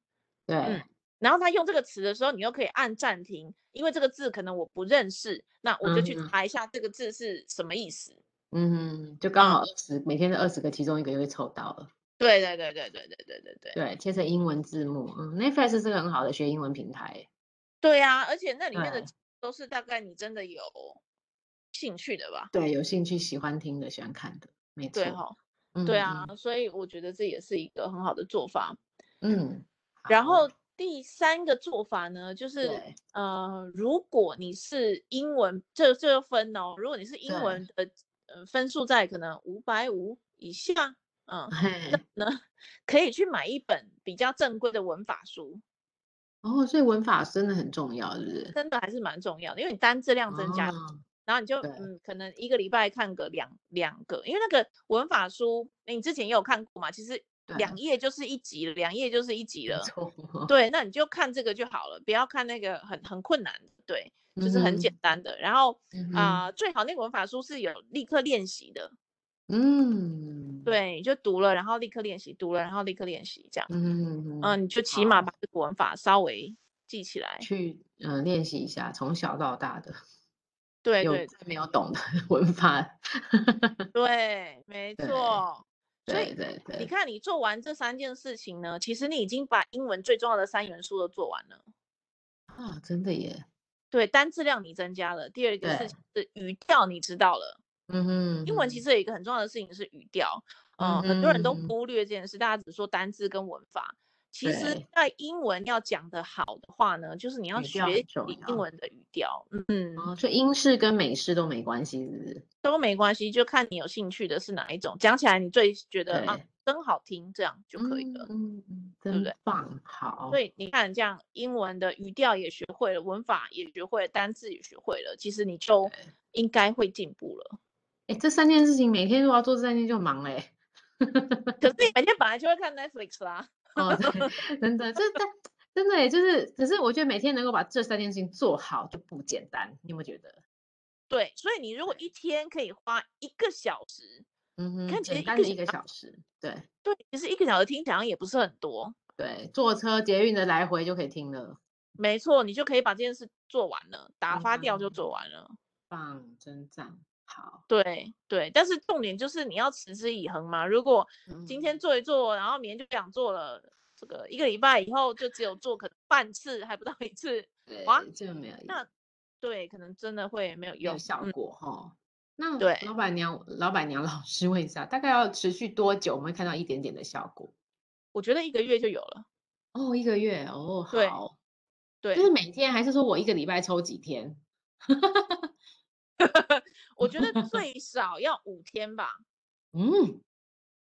Speaker 1: 对，
Speaker 2: 嗯，然后他用这个词的时候，你又可以按暂停，因为这个字可能我不认识，那我就
Speaker 1: 嗯
Speaker 2: 去
Speaker 1: 哼
Speaker 2: 查一下这个字是什么意思，
Speaker 1: 嗯哼，就刚好
Speaker 2: 嗯。
Speaker 1: 二十，每天的二十个，其中一个就会抽到了。
Speaker 2: 对对对对对对对对对
Speaker 1: 对，切成英文字幕，嗯，Netflix 是个很好的学英文平台。
Speaker 2: 对啊！而且那里面的
Speaker 1: 对
Speaker 2: 都是大概你真的有兴趣的吧？
Speaker 1: 对，有兴趣、喜欢听的、喜欢看的，没
Speaker 2: 对
Speaker 1: 错。
Speaker 2: 哈、对
Speaker 1: 嗯
Speaker 2: 啊，
Speaker 1: 嗯
Speaker 2: 所以我觉得这也是一个很好的做法。
Speaker 1: 嗯，
Speaker 2: 然
Speaker 1: 好，
Speaker 2: 后第三个做法呢，就是
Speaker 1: 对
Speaker 2: 呃，如果你是英文，这这就分哦，如果你是英
Speaker 1: 对，
Speaker 2: 文的呃分数在可能五百五以下，嗯，那
Speaker 1: 嘿，
Speaker 2: 呢可以去买一本比较正规的文法书。
Speaker 1: 哦，所以文法真的很重要，是不是？
Speaker 2: 真的还是蛮重要的，因为你单质量增加，
Speaker 1: 哦，
Speaker 2: 然后你就
Speaker 1: 对，
Speaker 2: 嗯，可能一个礼拜看个两两个，因为那个文法书你之前也有看过嘛，其实
Speaker 1: 对，啊
Speaker 2: 两页就是一集了，两页就是一集
Speaker 1: 没
Speaker 2: 了。
Speaker 1: 错，
Speaker 2: 对，那你就看这个就好了，不要看那个很很困难的，对，就
Speaker 1: 嗯
Speaker 2: 是很简
Speaker 1: 哼，
Speaker 2: 单的。然后
Speaker 1: 嗯
Speaker 2: 啊、
Speaker 1: 哼，
Speaker 2: 最好那个文法书是有立刻练习的，
Speaker 1: 嗯，
Speaker 2: 对，你就读了，然后立刻练习，读了然后立刻练习，这样，
Speaker 1: 嗯哼嗯
Speaker 2: 嗯、
Speaker 1: 哼，
Speaker 2: 你就起码
Speaker 1: 好，
Speaker 2: 把这个文法稍微记起来。
Speaker 1: 去呃练习一下从小到大的
Speaker 2: 对
Speaker 1: 有
Speaker 2: 对
Speaker 1: 最没有懂的 文法，
Speaker 2: 对，没
Speaker 1: 对
Speaker 2: 错。所
Speaker 1: 对
Speaker 2: 以
Speaker 1: 对
Speaker 2: 你
Speaker 1: 对，
Speaker 2: 看，你做完这三件事情呢，其实你已经把英文最重要的三元素都做完了。
Speaker 1: 啊，真的耶，
Speaker 2: 对，单质量你增加了，第二个事
Speaker 1: 对，
Speaker 2: 情是语调你知道了。
Speaker 1: 嗯哼嗯
Speaker 2: 英文其
Speaker 1: 哼，
Speaker 2: 实有一个很重要的事情是语调，
Speaker 1: 嗯
Speaker 2: 嗯、很多人
Speaker 1: 哼
Speaker 2: 都
Speaker 1: 嗯哼，
Speaker 2: 忽略这件事，大家只说单字跟文法。其实，
Speaker 1: 对，
Speaker 2: 在英文要讲得好的话呢，就是你要
Speaker 1: 语调很
Speaker 2: 学
Speaker 1: 重
Speaker 2: 习英
Speaker 1: 要，
Speaker 2: 文的语调，嗯，
Speaker 1: 哦，所以英式跟美式都没关系，是不是？
Speaker 2: 都没关系，就看你有兴趣的是哪一种，讲起来你最觉得啊
Speaker 1: 对，
Speaker 2: 真好听，这样就可以
Speaker 1: 嗯
Speaker 2: 了，
Speaker 1: 嗯嗯，
Speaker 2: 对不
Speaker 1: 真
Speaker 2: 对？
Speaker 1: 棒，
Speaker 2: 所
Speaker 1: 好，
Speaker 2: 以你看，这样英文的语调也学会了，文法也学会了，单字也学会了，其实你就
Speaker 1: 对。
Speaker 2: 应该会进步 了。
Speaker 1: 哎，这三件事情每天如果要做这三件就忙了欸。
Speaker 2: 可是你每天本来就会看 Netflix 啦，
Speaker 1: 哦，对， 真的，这但真的欸，就是只是我觉得每天能够把这三件事情做好就不简单，你有没有觉得？
Speaker 2: 对，所以你如果
Speaker 1: 对，
Speaker 2: 一天可以花一个小时，
Speaker 1: 嗯
Speaker 2: 你
Speaker 1: 哼，
Speaker 2: 看其实
Speaker 1: 简
Speaker 2: 一
Speaker 1: 单
Speaker 2: 个啊
Speaker 1: 的
Speaker 2: 小
Speaker 1: 一个小时，对
Speaker 2: 对，其实一个小时听起来也不是很多，
Speaker 1: 对，坐车捷运的来回就可以听了。
Speaker 2: 没错，你就可以把这件事做完了，打
Speaker 1: 嗯
Speaker 2: 发掉就
Speaker 1: 哼，
Speaker 2: 做完了。
Speaker 1: 棒，真赞，好，
Speaker 2: 对对，但是重点就是你要持之以恒嘛。如果今天
Speaker 1: 嗯，
Speaker 2: 做一做，然后明天就不想做了，这个一个礼拜以后就只有做可能半次，还不到一次，哇，
Speaker 1: 对，这个没有
Speaker 2: 那对，可能真的会没有
Speaker 1: 没有
Speaker 2: 用。
Speaker 1: 效
Speaker 2: 嗯，
Speaker 1: 果哈。那
Speaker 2: 对，
Speaker 1: 老板娘，老板娘， 老师问一下，大概要持续多久我们会看到一点点的效果？
Speaker 2: 我觉得一个月就有了。
Speaker 1: 哦，一个月哦，
Speaker 2: 对
Speaker 1: 好，就是
Speaker 2: 对，
Speaker 1: 每天，还是说我一个礼拜抽几天？
Speaker 2: 我觉得最少要五天吧。
Speaker 1: 嗯，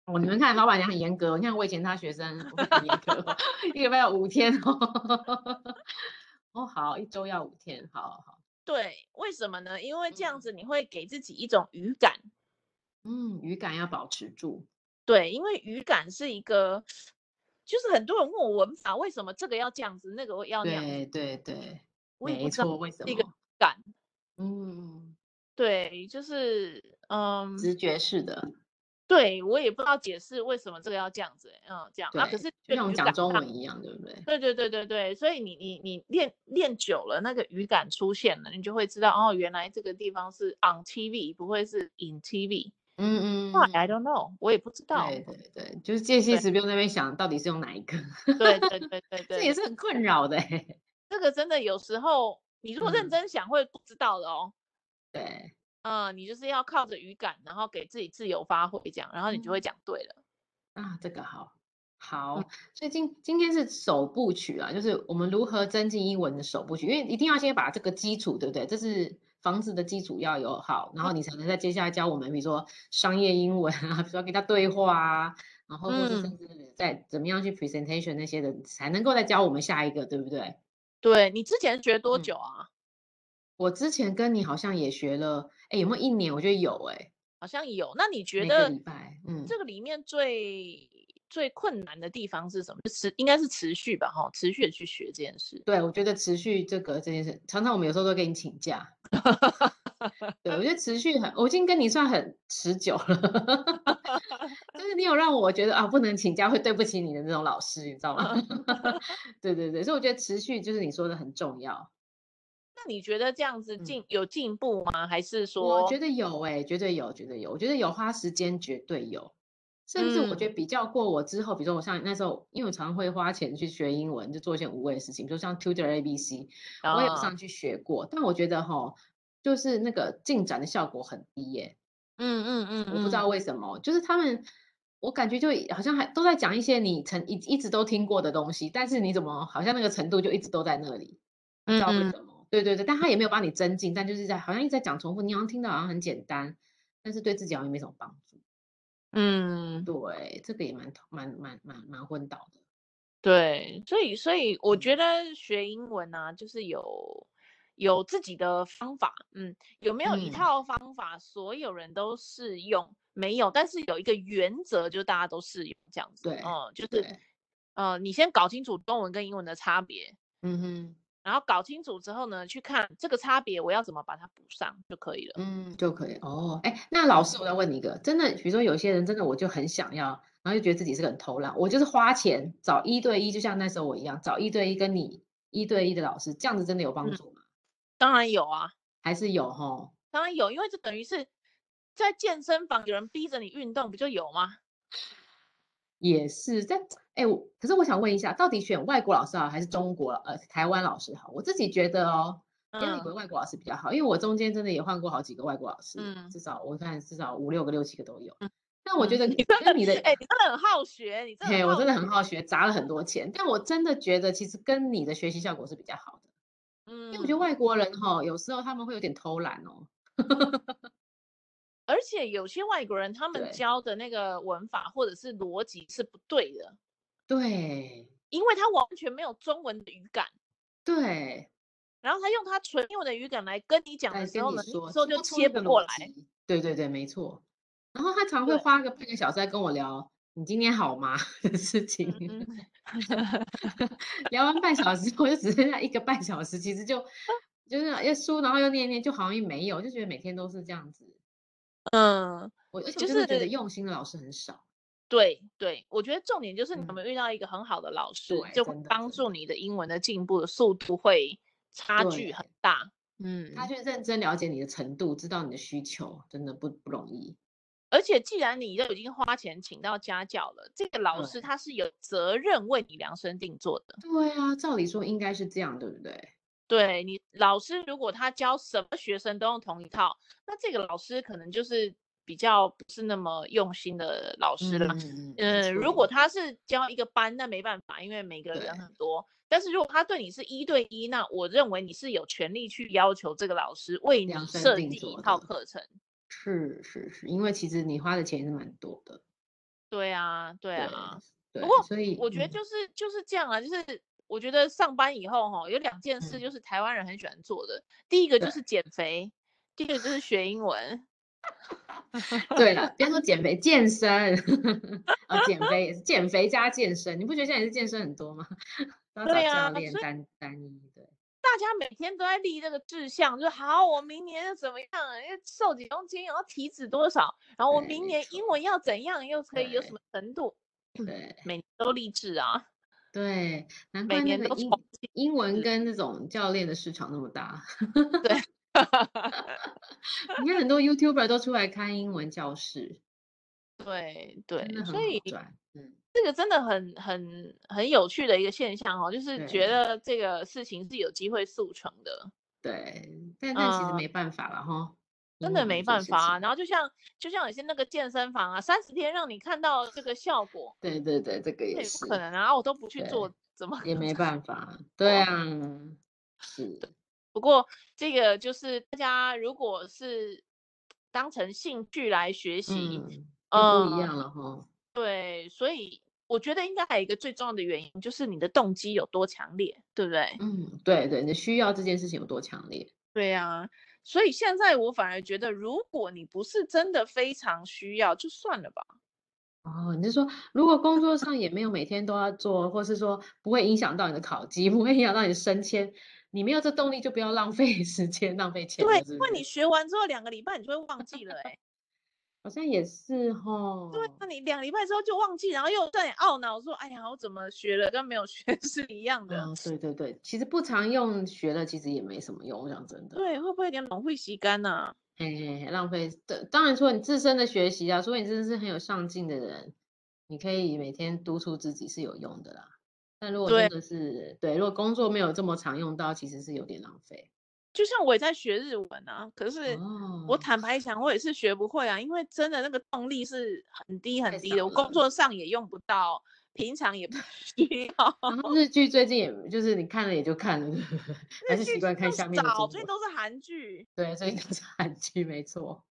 Speaker 1: 哦，你们看老板娘很严格哦，你看我以前她学生，我会很严格 哦， 一个礼拜要五天哦。哦，好，一周要五天，好好好，
Speaker 2: 对，为什么呢？因为这样
Speaker 1: 嗯
Speaker 2: 子你会给自己一种语感，
Speaker 1: 嗯，语感要保持住。
Speaker 2: 对，因为语感是一个，就是很多人问我文法为什么这个要这样子，那个要那样
Speaker 1: 对
Speaker 2: 子，
Speaker 1: 对对，
Speaker 2: 我也
Speaker 1: 没
Speaker 2: 不知道
Speaker 1: 错。为什
Speaker 2: 是一个
Speaker 1: 么？
Speaker 2: 感。
Speaker 1: 嗯，
Speaker 2: 对，就是嗯，
Speaker 1: 直觉式的，
Speaker 2: 对我也不知道解释为什么这个要这样子，嗯，这样啊，可
Speaker 1: 对
Speaker 2: 是
Speaker 1: 就
Speaker 2: 这
Speaker 1: 像我们
Speaker 2: 语
Speaker 1: 讲
Speaker 2: 感
Speaker 1: 中
Speaker 2: 上
Speaker 1: 文一样，对不对？
Speaker 2: 对对对对对，所以你你你练练久了，那个语感出现了，你就会知道哦，原来这个地方是 on TV，不会是 in TV。
Speaker 1: 嗯嗯
Speaker 2: 后来
Speaker 1: 嗯
Speaker 2: I don't know，我也不知道。
Speaker 1: 对对对，就是这些
Speaker 2: 对
Speaker 1: 词不用在那边想到底是用哪一个，
Speaker 2: 对对对对
Speaker 1: 这也
Speaker 2: 对，
Speaker 1: 是很困扰的欸。
Speaker 2: 这个真的有时候你如果认
Speaker 1: 嗯
Speaker 2: 真想会不知道的哦。
Speaker 1: 对，
Speaker 2: 嗯、你就是要靠着语感，然后给自己自由发挥，这样，然后你就会
Speaker 1: 嗯
Speaker 2: 讲对了。
Speaker 1: 啊，这个好，好，所以今今天是首部曲啊，就是我们如何增进英文的首部曲，因为一定要先把这个基础，对不对？这是房子的基础要有好，然后你才能再接下来教我们，比如说商业英文啊，比如说跟他对话啊，然后或是甚至在怎么样去 presentation 那些的，才能够再教我们下一个，对不对？
Speaker 2: 对你之前学多
Speaker 1: 嗯
Speaker 2: 久啊？
Speaker 1: 我之前跟你好像也学了，哎，有没有一年？我觉得有，哎，
Speaker 2: 好像有。那你觉
Speaker 1: 每个
Speaker 2: 得
Speaker 1: 礼拜，嗯。
Speaker 2: 这个里面最最困难的地方是什么？就持应该是持续吧，哈，持续的去学这件事。
Speaker 1: 对，我觉得持续这个这件事，常常我们有时候都会跟你请假。对，我觉得持续很，我已经跟你算很持久了， 就是你有让我觉得啊不能请假会对不起你的那种老师，你知道吗？ 对对对，所以我觉得持续就是你说的很重要。
Speaker 2: 那你觉得这样子
Speaker 1: 嗯
Speaker 2: 进、有进步吗？还是
Speaker 1: 我
Speaker 2: 说
Speaker 1: 觉得有哎、绝对有，绝对有，我觉得有花时间绝对有。甚至我觉得比较过我之后，比如说我像那时候，因为我常会花钱去学英文，就做一些无谓的事情，比如像 Tutor ABC，我也有
Speaker 2: 啊
Speaker 1: 上去学过，但我觉得哈，就是那个进展的效果很低耶、
Speaker 2: 嗯嗯嗯，
Speaker 1: 我不知道为什么，就是他们，我感觉就好像还都在讲一些你曾一一直都听过的东西，但是你怎么好像那个程度就一直都在那里，不知
Speaker 2: 嗯
Speaker 1: 道为
Speaker 2: 嗯
Speaker 1: 什么。对对对，但他也没有帮你增进，但就是在好像一直在讲重复，你好像听到好像很简单，但是对自己好像没什么帮助。
Speaker 2: 嗯，
Speaker 1: 对，这个也蛮头蛮蛮蛮蛮昏倒的。
Speaker 2: 对，所以所以我
Speaker 1: 嗯
Speaker 2: 觉得学英文啊，就是有有自己的方法，嗯，有没有一
Speaker 1: 嗯
Speaker 2: 套方法所有人都适用？没有，但是有一个原则，就大家都适用这样子，
Speaker 1: 对
Speaker 2: 嗯，就是
Speaker 1: 对，
Speaker 2: 呃，你先搞清楚中文跟英文的差别，
Speaker 1: 嗯哼，
Speaker 2: 然后搞清楚之后呢，去看这个差别我要怎么把它补上就可以了。
Speaker 1: 嗯，就可以哦。哎，那老师，我再问你一个，真的，比如说有些人真的，我就很想要，然后就觉得自己是个很偷懒，我就是花钱找一对一，就像那时候我一样，找一对一跟你一对一的老师，这样子真的有帮
Speaker 2: 嗯
Speaker 1: 助吗？
Speaker 2: 当然有啊，
Speaker 1: 还是有吼？
Speaker 2: 当然有，因为这等于是在健身房有人逼着你运动，不就有吗？
Speaker 1: 也是，但哎，我可是我想问一下，到底选外国老师好，还是中国呃台湾老师好？我自己觉得哦，因为以为
Speaker 2: 嗯
Speaker 1: 外国老师比较好，因为我中间真的也换过好几个外国老师，
Speaker 2: 嗯
Speaker 1: 至少我看至少五六个、六七个都有
Speaker 2: 嗯。
Speaker 1: 但我觉
Speaker 2: 嗯
Speaker 1: 得
Speaker 2: 你
Speaker 1: 跟你的，
Speaker 2: 哎、你真的很好学，你真的
Speaker 1: 嘿，
Speaker 2: 很
Speaker 1: 我
Speaker 2: 好
Speaker 1: 真的很
Speaker 2: 学
Speaker 1: 好学，砸了很多钱，但我真的觉得其实跟你的学习效果是比较好的，因为我觉得
Speaker 2: 嗯，
Speaker 1: 外国人哈、有时候他们会有点偷懒哦。
Speaker 2: 而且有些外国人他们
Speaker 1: 对
Speaker 2: 教的那个文法或者是逻辑是不对的，
Speaker 1: 对
Speaker 2: 因为他完全没有中文的语感，
Speaker 1: 对，
Speaker 2: 然后他用他纯英文的语感来跟你讲
Speaker 1: 来
Speaker 2: 的时
Speaker 1: 跟
Speaker 2: 候
Speaker 1: 你
Speaker 2: 呢，
Speaker 1: 说，
Speaker 2: 有时候
Speaker 1: 说
Speaker 2: 就
Speaker 1: 不出
Speaker 2: 切
Speaker 1: 那
Speaker 2: 不
Speaker 1: 个
Speaker 2: 过
Speaker 1: 逻
Speaker 2: 来。
Speaker 1: 辑。对对对，没错。然后他常会
Speaker 2: 对
Speaker 1: 花个半个小时在跟我聊你今天好吗 的事情。
Speaker 2: 嗯
Speaker 1: 聊完半小时，我就只剩下一个半小时，其实 就就是要输，然后又念念，就好像也没有，就觉得每天都是这样子。
Speaker 2: 嗯，嗯
Speaker 1: 我而且我
Speaker 2: 就
Speaker 1: 真的觉得
Speaker 2: 是
Speaker 1: 用心的老师很少。
Speaker 2: 对对，我觉得重点就是你有
Speaker 1: 嗯
Speaker 2: 没有遇到一个很好的老师，
Speaker 1: 对，
Speaker 2: 就会
Speaker 1: 真的
Speaker 2: 帮
Speaker 1: 真的，
Speaker 2: 助你的英文的进步的速度会差距
Speaker 1: 对
Speaker 2: 很大。嗯，
Speaker 1: 他去认真了解你的程度，知道你的需求，真的不不容易。
Speaker 2: 而且既然你都已经花钱请到家教了，这个老师
Speaker 1: 对
Speaker 2: 他是有责任为你量身定做的。
Speaker 1: 对啊，照理说应该是这样，对不对？
Speaker 2: 对你老师，如果他教什么学生都用同一套，那这个老师可能就是比较不是那么用心的老师
Speaker 1: 嗯
Speaker 2: 了。
Speaker 1: 嗯嗯，没
Speaker 2: 嗯，如果
Speaker 1: 错，
Speaker 2: 他是教一个班，那没办法，因为每个人
Speaker 1: 对
Speaker 2: 很多。但是如果他对你是一对一，那我认为你是有权利去要求这个老师为你
Speaker 1: 量身
Speaker 2: 设
Speaker 1: 定
Speaker 2: 计一
Speaker 1: 做
Speaker 2: 套
Speaker 1: 的
Speaker 2: 课程。
Speaker 1: 是是是，因为其实你花的钱也是蛮多的。
Speaker 2: 对啊，对
Speaker 1: 对
Speaker 2: 啊。不
Speaker 1: 对，
Speaker 2: 过
Speaker 1: 所以
Speaker 2: 我觉得
Speaker 1: 嗯
Speaker 2: 就是就是这样啊，就是我觉得上班以后哈，有两件事
Speaker 1: 嗯
Speaker 2: 就是台湾人很喜欢做的，第一个就
Speaker 1: 对
Speaker 2: 是减肥，第二个就是学英文。
Speaker 1: 对了，别说 减肥，健身，哦，减肥也是减肥加健身，你不觉得现在也是健身很多吗？都要找
Speaker 2: 对
Speaker 1: 教
Speaker 2: 啊
Speaker 1: 练
Speaker 2: 所以
Speaker 1: 单单一对，
Speaker 2: 大家每天都在立这个志向，就好，我明年要怎么样，啊要瘦几公斤，然后体脂多少，然后我
Speaker 1: 对
Speaker 2: 明
Speaker 1: 哎没
Speaker 2: 年英文要怎样，又可以有什
Speaker 1: 对
Speaker 2: 么程度，
Speaker 1: 对
Speaker 2: 每年都励志啊，
Speaker 1: 对，难
Speaker 2: 每
Speaker 1: 怪那
Speaker 2: 年
Speaker 1: 个
Speaker 2: 都
Speaker 1: 英
Speaker 2: 重新
Speaker 1: 英文跟那种教练的市场那么大， 你看很多 YouTuber 都出来开英文教室，
Speaker 2: 对
Speaker 1: 真的
Speaker 2: 对，
Speaker 1: 很
Speaker 2: 所
Speaker 1: 好
Speaker 2: 以
Speaker 1: 赚，嗯，
Speaker 2: 这个真的很很很有趣的一个现象哦，就是
Speaker 1: 对
Speaker 2: 觉得这个事情是有机会速成的，
Speaker 1: 对，但但其实
Speaker 2: 嗯
Speaker 1: 没办法了哈，
Speaker 2: 真
Speaker 1: 英
Speaker 2: 的
Speaker 1: 文
Speaker 2: 没
Speaker 1: 这
Speaker 2: 办
Speaker 1: 事
Speaker 2: 法啊。
Speaker 1: 情
Speaker 2: 然后就像就像有些那个健身房啊，三十天让你看到这个效果，
Speaker 1: 对对对，这个
Speaker 2: 这
Speaker 1: 也
Speaker 2: 也
Speaker 1: 是
Speaker 2: 不可能啊，我都不去
Speaker 1: 对
Speaker 2: 做，怎么
Speaker 1: 也
Speaker 2: 可能
Speaker 1: 没办法，
Speaker 2: 做
Speaker 1: 对
Speaker 2: 啊
Speaker 1: 啊，是，嗯
Speaker 2: 不过这个就是大家如果是当成兴趣来学习，
Speaker 1: 嗯，就不一
Speaker 2: 呃
Speaker 1: 样了哈，
Speaker 2: 对，所以我觉得应该还有一个最重要的原因就是你的动机有多强烈，对不对？
Speaker 1: 嗯，对对，你的需要这件事情有多强烈，
Speaker 2: 对啊，所以现在我反而觉得，如果你不是真的非常需要，就算了吧。
Speaker 1: 哦，你是说如果工作上也没有每天都要做，或是说不会影响到你的考绩，不会影响到你的升迁，你没有这动力就不要浪费 时间、浪费钱了，
Speaker 2: 对，
Speaker 1: 是
Speaker 2: 因
Speaker 1: 不
Speaker 2: 为你
Speaker 1: 是
Speaker 2: 学完之后两个礼拜你就会忘记了、欸，哎，
Speaker 1: 好像也是哈，
Speaker 2: 对啊，你两个礼拜之后就忘记，然后又在懊恼说，哎呀，我怎么学了跟没有学是一样的。
Speaker 1: 啊，对对对，其实不常用学了，其实也没什么用，我讲真的。
Speaker 2: 对，会不会有点冷会吸干呐？
Speaker 1: 嘿嘿嘿，浪费。对，当然，除了你自身的学习啊，除非你真的是很有上进的人，你可以每天督促自己是有用的啦。但如果真的是对，如果工作没有这么常用到，其实是有点浪费。
Speaker 2: 就像我也在学日文啊，可是我
Speaker 1: 哦，
Speaker 2: 坦白讲，我也是学不会啊，因为真的那个动力是很低
Speaker 1: 太
Speaker 2: 很低的，
Speaker 1: 少
Speaker 2: 我工
Speaker 1: 了
Speaker 2: 作上也用不到，平常也不 需要。
Speaker 1: 然后日剧最近也就是你看了也就看了， 还是习惯看下面的
Speaker 2: 早
Speaker 1: 中
Speaker 2: 最
Speaker 1: 文。
Speaker 2: 都是韩剧，
Speaker 1: 对，所以都是韩剧，没错。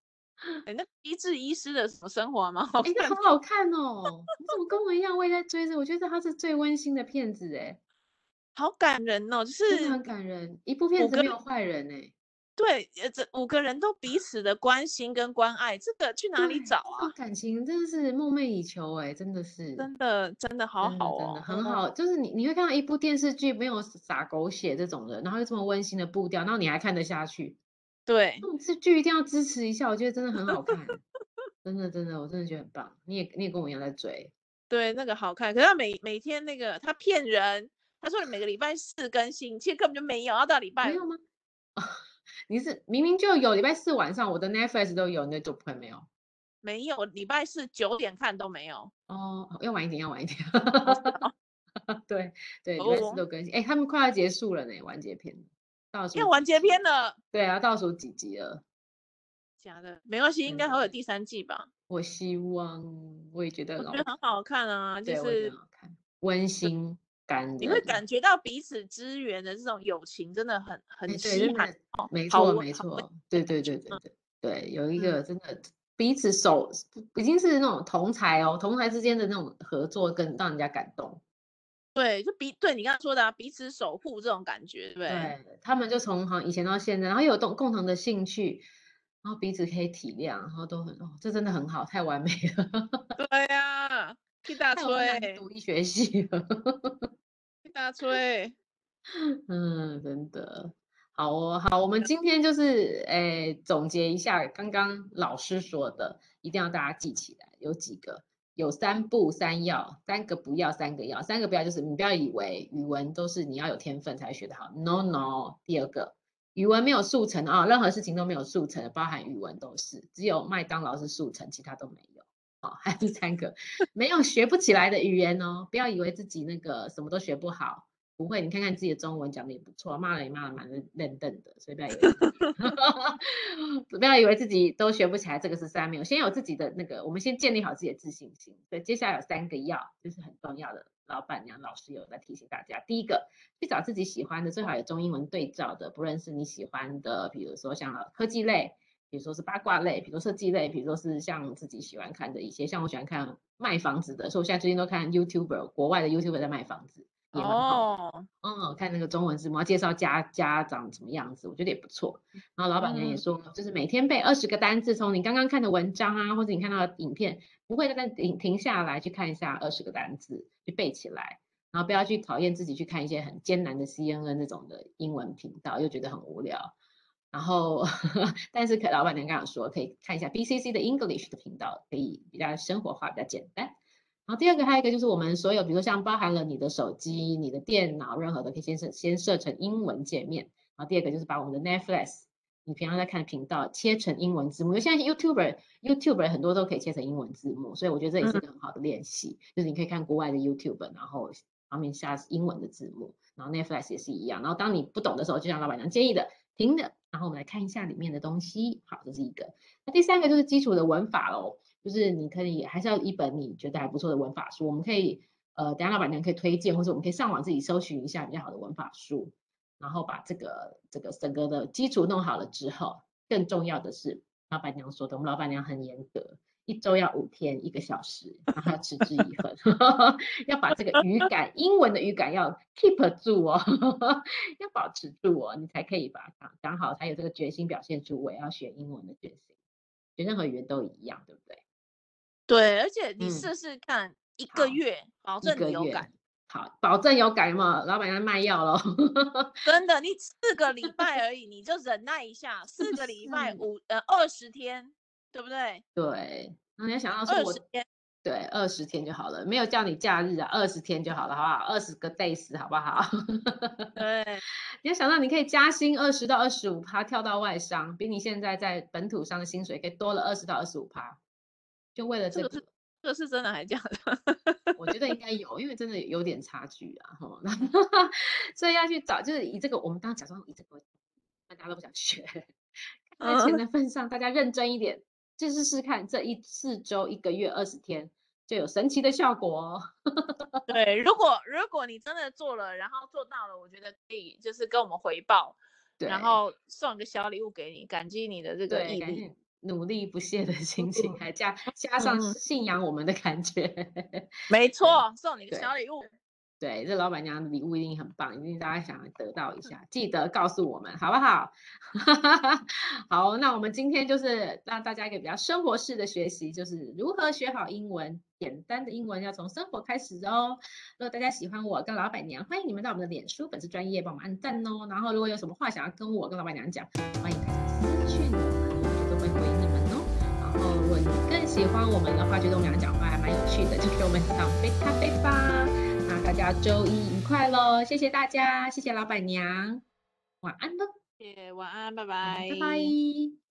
Speaker 2: 哎，那《机智医师的什么生活》吗？好
Speaker 1: 哎，那
Speaker 2: 看
Speaker 1: 好好看哦！你怎么跟我一样，我也在追着？我觉得它是最温馨的片子，哎，
Speaker 2: 好感人哦，就
Speaker 1: 真的
Speaker 2: 是
Speaker 1: 很感人。一部片
Speaker 2: 我
Speaker 1: 子
Speaker 2: 跟
Speaker 1: 没有坏人，哎。
Speaker 2: 对，呃，这五个人都彼此的关心跟关爱，这个去哪里
Speaker 1: 对
Speaker 2: 找
Speaker 1: 这种
Speaker 2: 啊？
Speaker 1: 感情真的是梦寐以求哎、真的是，
Speaker 2: 真的真的好
Speaker 1: 真的
Speaker 2: 好
Speaker 1: 真的
Speaker 2: 哦，
Speaker 1: 很好。就是你你会看到一部电视剧没有撒狗血这种的，然后又这么温馨的步调，然后你还看得下去，
Speaker 2: 对
Speaker 1: 这，种是剧一定要支持一下，我觉得真的很好看，真的真的，我真的觉得很棒。你也你也跟我一样在追，
Speaker 2: 对，那个好看，可是他每每天那个他骗人，他说你每个礼拜四更新，其实根本就没有，要到礼拜
Speaker 1: 没
Speaker 2: 五。
Speaker 1: 有吗？ 你是明明就有礼拜四晚上我的 Netflix 都有，你的就不会没有
Speaker 2: 没有，礼拜四九点看都没 有。
Speaker 1: 哦，要晚一点，要晚一点。
Speaker 2: 哦是哦
Speaker 1: 对对，礼拜四
Speaker 2: 哦，
Speaker 1: 都更新。哎，他们快要结束了呢，完结篇了倒数
Speaker 2: 要
Speaker 1: 几
Speaker 2: 完结
Speaker 1: 集
Speaker 2: 篇了，
Speaker 1: 对啊，倒数几集了，
Speaker 2: 假的，没关系，应
Speaker 1: 真
Speaker 2: 该还会有
Speaker 1: 的。
Speaker 2: 第三季吧？
Speaker 1: 我希望，我也觉得
Speaker 2: 我
Speaker 1: 很好
Speaker 2: 觉得
Speaker 1: 看，
Speaker 2: 很好看啊，就
Speaker 1: 对我也觉得
Speaker 2: 是
Speaker 1: 很好看，温馨感
Speaker 2: 你会
Speaker 1: 人。
Speaker 2: 感觉到彼此支援的这种友情，真的很
Speaker 1: 哎，
Speaker 2: 很
Speaker 1: 对，
Speaker 2: 稀
Speaker 1: 真
Speaker 2: 罕
Speaker 1: 的，
Speaker 2: 哦，
Speaker 1: 没
Speaker 2: 好
Speaker 1: 错，
Speaker 2: 温
Speaker 1: 没
Speaker 2: 好温
Speaker 1: 错，对对对对
Speaker 2: 嗯
Speaker 1: 对对，有一
Speaker 2: 嗯
Speaker 1: 个真的彼此手已经是那种同才哦，同才之间的那种合作，更让人家感动。
Speaker 2: 对，就彼对你刚刚说的、啊、彼此守护这种感觉，对不对？
Speaker 1: 对，他们就从好像以前到现在，然后又有共共同的兴趣，然后彼此可以体谅，然后都很哦，这真的很好，太完美了，
Speaker 2: 对呀、替大
Speaker 1: 太完美了，
Speaker 2: 吹，
Speaker 1: 读医学系了。
Speaker 2: 替大吹，
Speaker 1: 嗯，真的。好哦，好，我们今天就是诶总结一下刚刚老师说的，一定要大家记起来，有几个，有三不三要，三个不要，三个要，三个不要就是你不要以为语文都是你要有天分才学得好，no no。第二个，语文没有速成啊、任何事情都没有速成，包含语文都是，只有麦当劳是速成，其他都没有。好，还有第三个，没有学不起来的语言哦，不要以为自己那个什么都学不好。不会，你看看自己的中文讲的也不错，骂人也骂的蛮认认真的，所以不要以为自己 不要以为自己都学不起来，这个是三没有，先有自己的那个，我们先建立好自己的自信心。对，接下来有三个要，就是很重要的，老板娘老师有在提醒大家，第一个去找自己喜欢的，最好有中英文对照的，不论是你喜欢的，比如说像科技类。比如说是八卦类，比如说设计类，比如说是像自己喜欢看的一些，像我喜欢看卖房子的，所以我现在最近都看 YouTuber，国外的 YouTuber 在卖房子，也蛮好的。
Speaker 2: 哦，
Speaker 1: 嗯，看那个中文字幕，要介绍家家长怎么样子，我觉得也不错。然后老板娘也
Speaker 2: 嗯
Speaker 1: 说，就是每天背二十个单字，从你刚刚看的文章啊，或者你看到的影片，不会再停停下来去看一下二十个单字，去背起来，然后不要去讨厌自己去看一些很艰难的 CNN 那种的英文频道，又觉得很无聊。然后， 但是可老板娘刚刚有说，可以看一下 BCC 的 English 的频道，可以比较生活化，比较简单。然后第二个还有一个就是我们所有，比如说像包含了你的手机、你的电脑，任何的可以先设先设成英文界面。然后第二个就是把我们的 Netflix，你平常在看的频道切成英文字幕，因为现在 YouTuber YouTuber 很多都可以切成英文字幕，所以我觉得这也是一个很好的练习，就是你可以看国外的 YouTuber，然后旁边下英文的字幕，然后 Netflix 也是一样。然后当你不懂的时候，就像老板娘建议的，停的，然后我们来看一下里面的东西。好，这是一个。那第三个就是基础的文法喽。就是你可以还是要一本你觉得还不错的文法书，我们可以呃，等一下老板娘可以推荐，或者我们可以上网自己搜寻一下比较好的文法书，然后把这个这个整个的基础弄好了之后，更重要的是老板娘说的，我们老板娘很严格。一周要五天，一个小时，然后要持之以恒， 要把这个语感，英文的语感要 keep 住哦， 要保持住哦，你才可以把它讲好，才有这个决心表现出我要学英文的决心。学任何语言都一样，对不对？
Speaker 2: 对，而且你
Speaker 1: 嗯
Speaker 2: 试试看一个
Speaker 1: 好
Speaker 2: 月，保
Speaker 1: 一
Speaker 2: 证
Speaker 1: 个
Speaker 2: 你有
Speaker 1: 月
Speaker 2: 感。。
Speaker 1: 好，保证有感冒，老板娘卖药喽。
Speaker 2: 真的，你四个礼拜而已，你就忍耐一下，四
Speaker 1: 不
Speaker 2: 个礼拜
Speaker 1: 是
Speaker 2: 五呃二十天，对不对？
Speaker 1: 对，然后你要想到说
Speaker 2: 二
Speaker 1: 我
Speaker 2: 十天，
Speaker 1: 对二十天就好了，没有叫你假日啊，二十天就好了，好不好？二十个 days 好不好？
Speaker 2: 对，
Speaker 1: 你要想到你可以加薪二十到二十五趴，跳到外商，比你现在在本土商的薪水可以多了二十到二十五趴，就为了
Speaker 2: 这
Speaker 1: 这
Speaker 2: 个
Speaker 1: 个。
Speaker 2: 这个是真的还假 的？
Speaker 1: 我觉得应该有，因为真的有点差距啊，哈， 然后所以要去找，就是以这个我们刚刚假装以这个为，那大家都不想学， 看在钱
Speaker 2: 嗯
Speaker 1: 的份上，大家认真一点，就试试看这一四周一个月二十天就有神奇的效果哦。
Speaker 2: 对，如果如果你真的做了，然后做到了，我觉得可以就是跟我们回报，
Speaker 1: 对，
Speaker 2: 然后送个小礼物给你，感激你的这个
Speaker 1: 对，
Speaker 2: 毅
Speaker 1: 感
Speaker 2: 力。
Speaker 1: 谢努力不懈的 心情，还加加上
Speaker 2: 嗯
Speaker 1: 信仰我们的感觉。
Speaker 2: 没错，送你个
Speaker 1: 对
Speaker 2: 小礼物。
Speaker 1: 对，这老板娘的礼物一定很棒，一定大家想得到一下，记得告诉我们好不好？ 好，那我们今天就是让大家一个比较生活式的学习，就是如何学好英文，简单的英文要从生活开始哦。如果大家喜欢我跟老板娘，欢迎你们到我们的脸书粉丝专业帮我们按赞哦。然后如果有什么话想要跟我跟老板娘讲，欢迎大家私讯我们，我们就都会回你们哦。然后如果你更喜欢我们的话，觉得我们俩讲话还蛮有趣的，就给我们一场杯咖啡吧。那大家周一愉快喽！谢谢大家，谢谢老板娘，晚安喽，
Speaker 2: 谢谢，晚安，拜
Speaker 1: 晚安
Speaker 2: 拜，
Speaker 1: 拜拜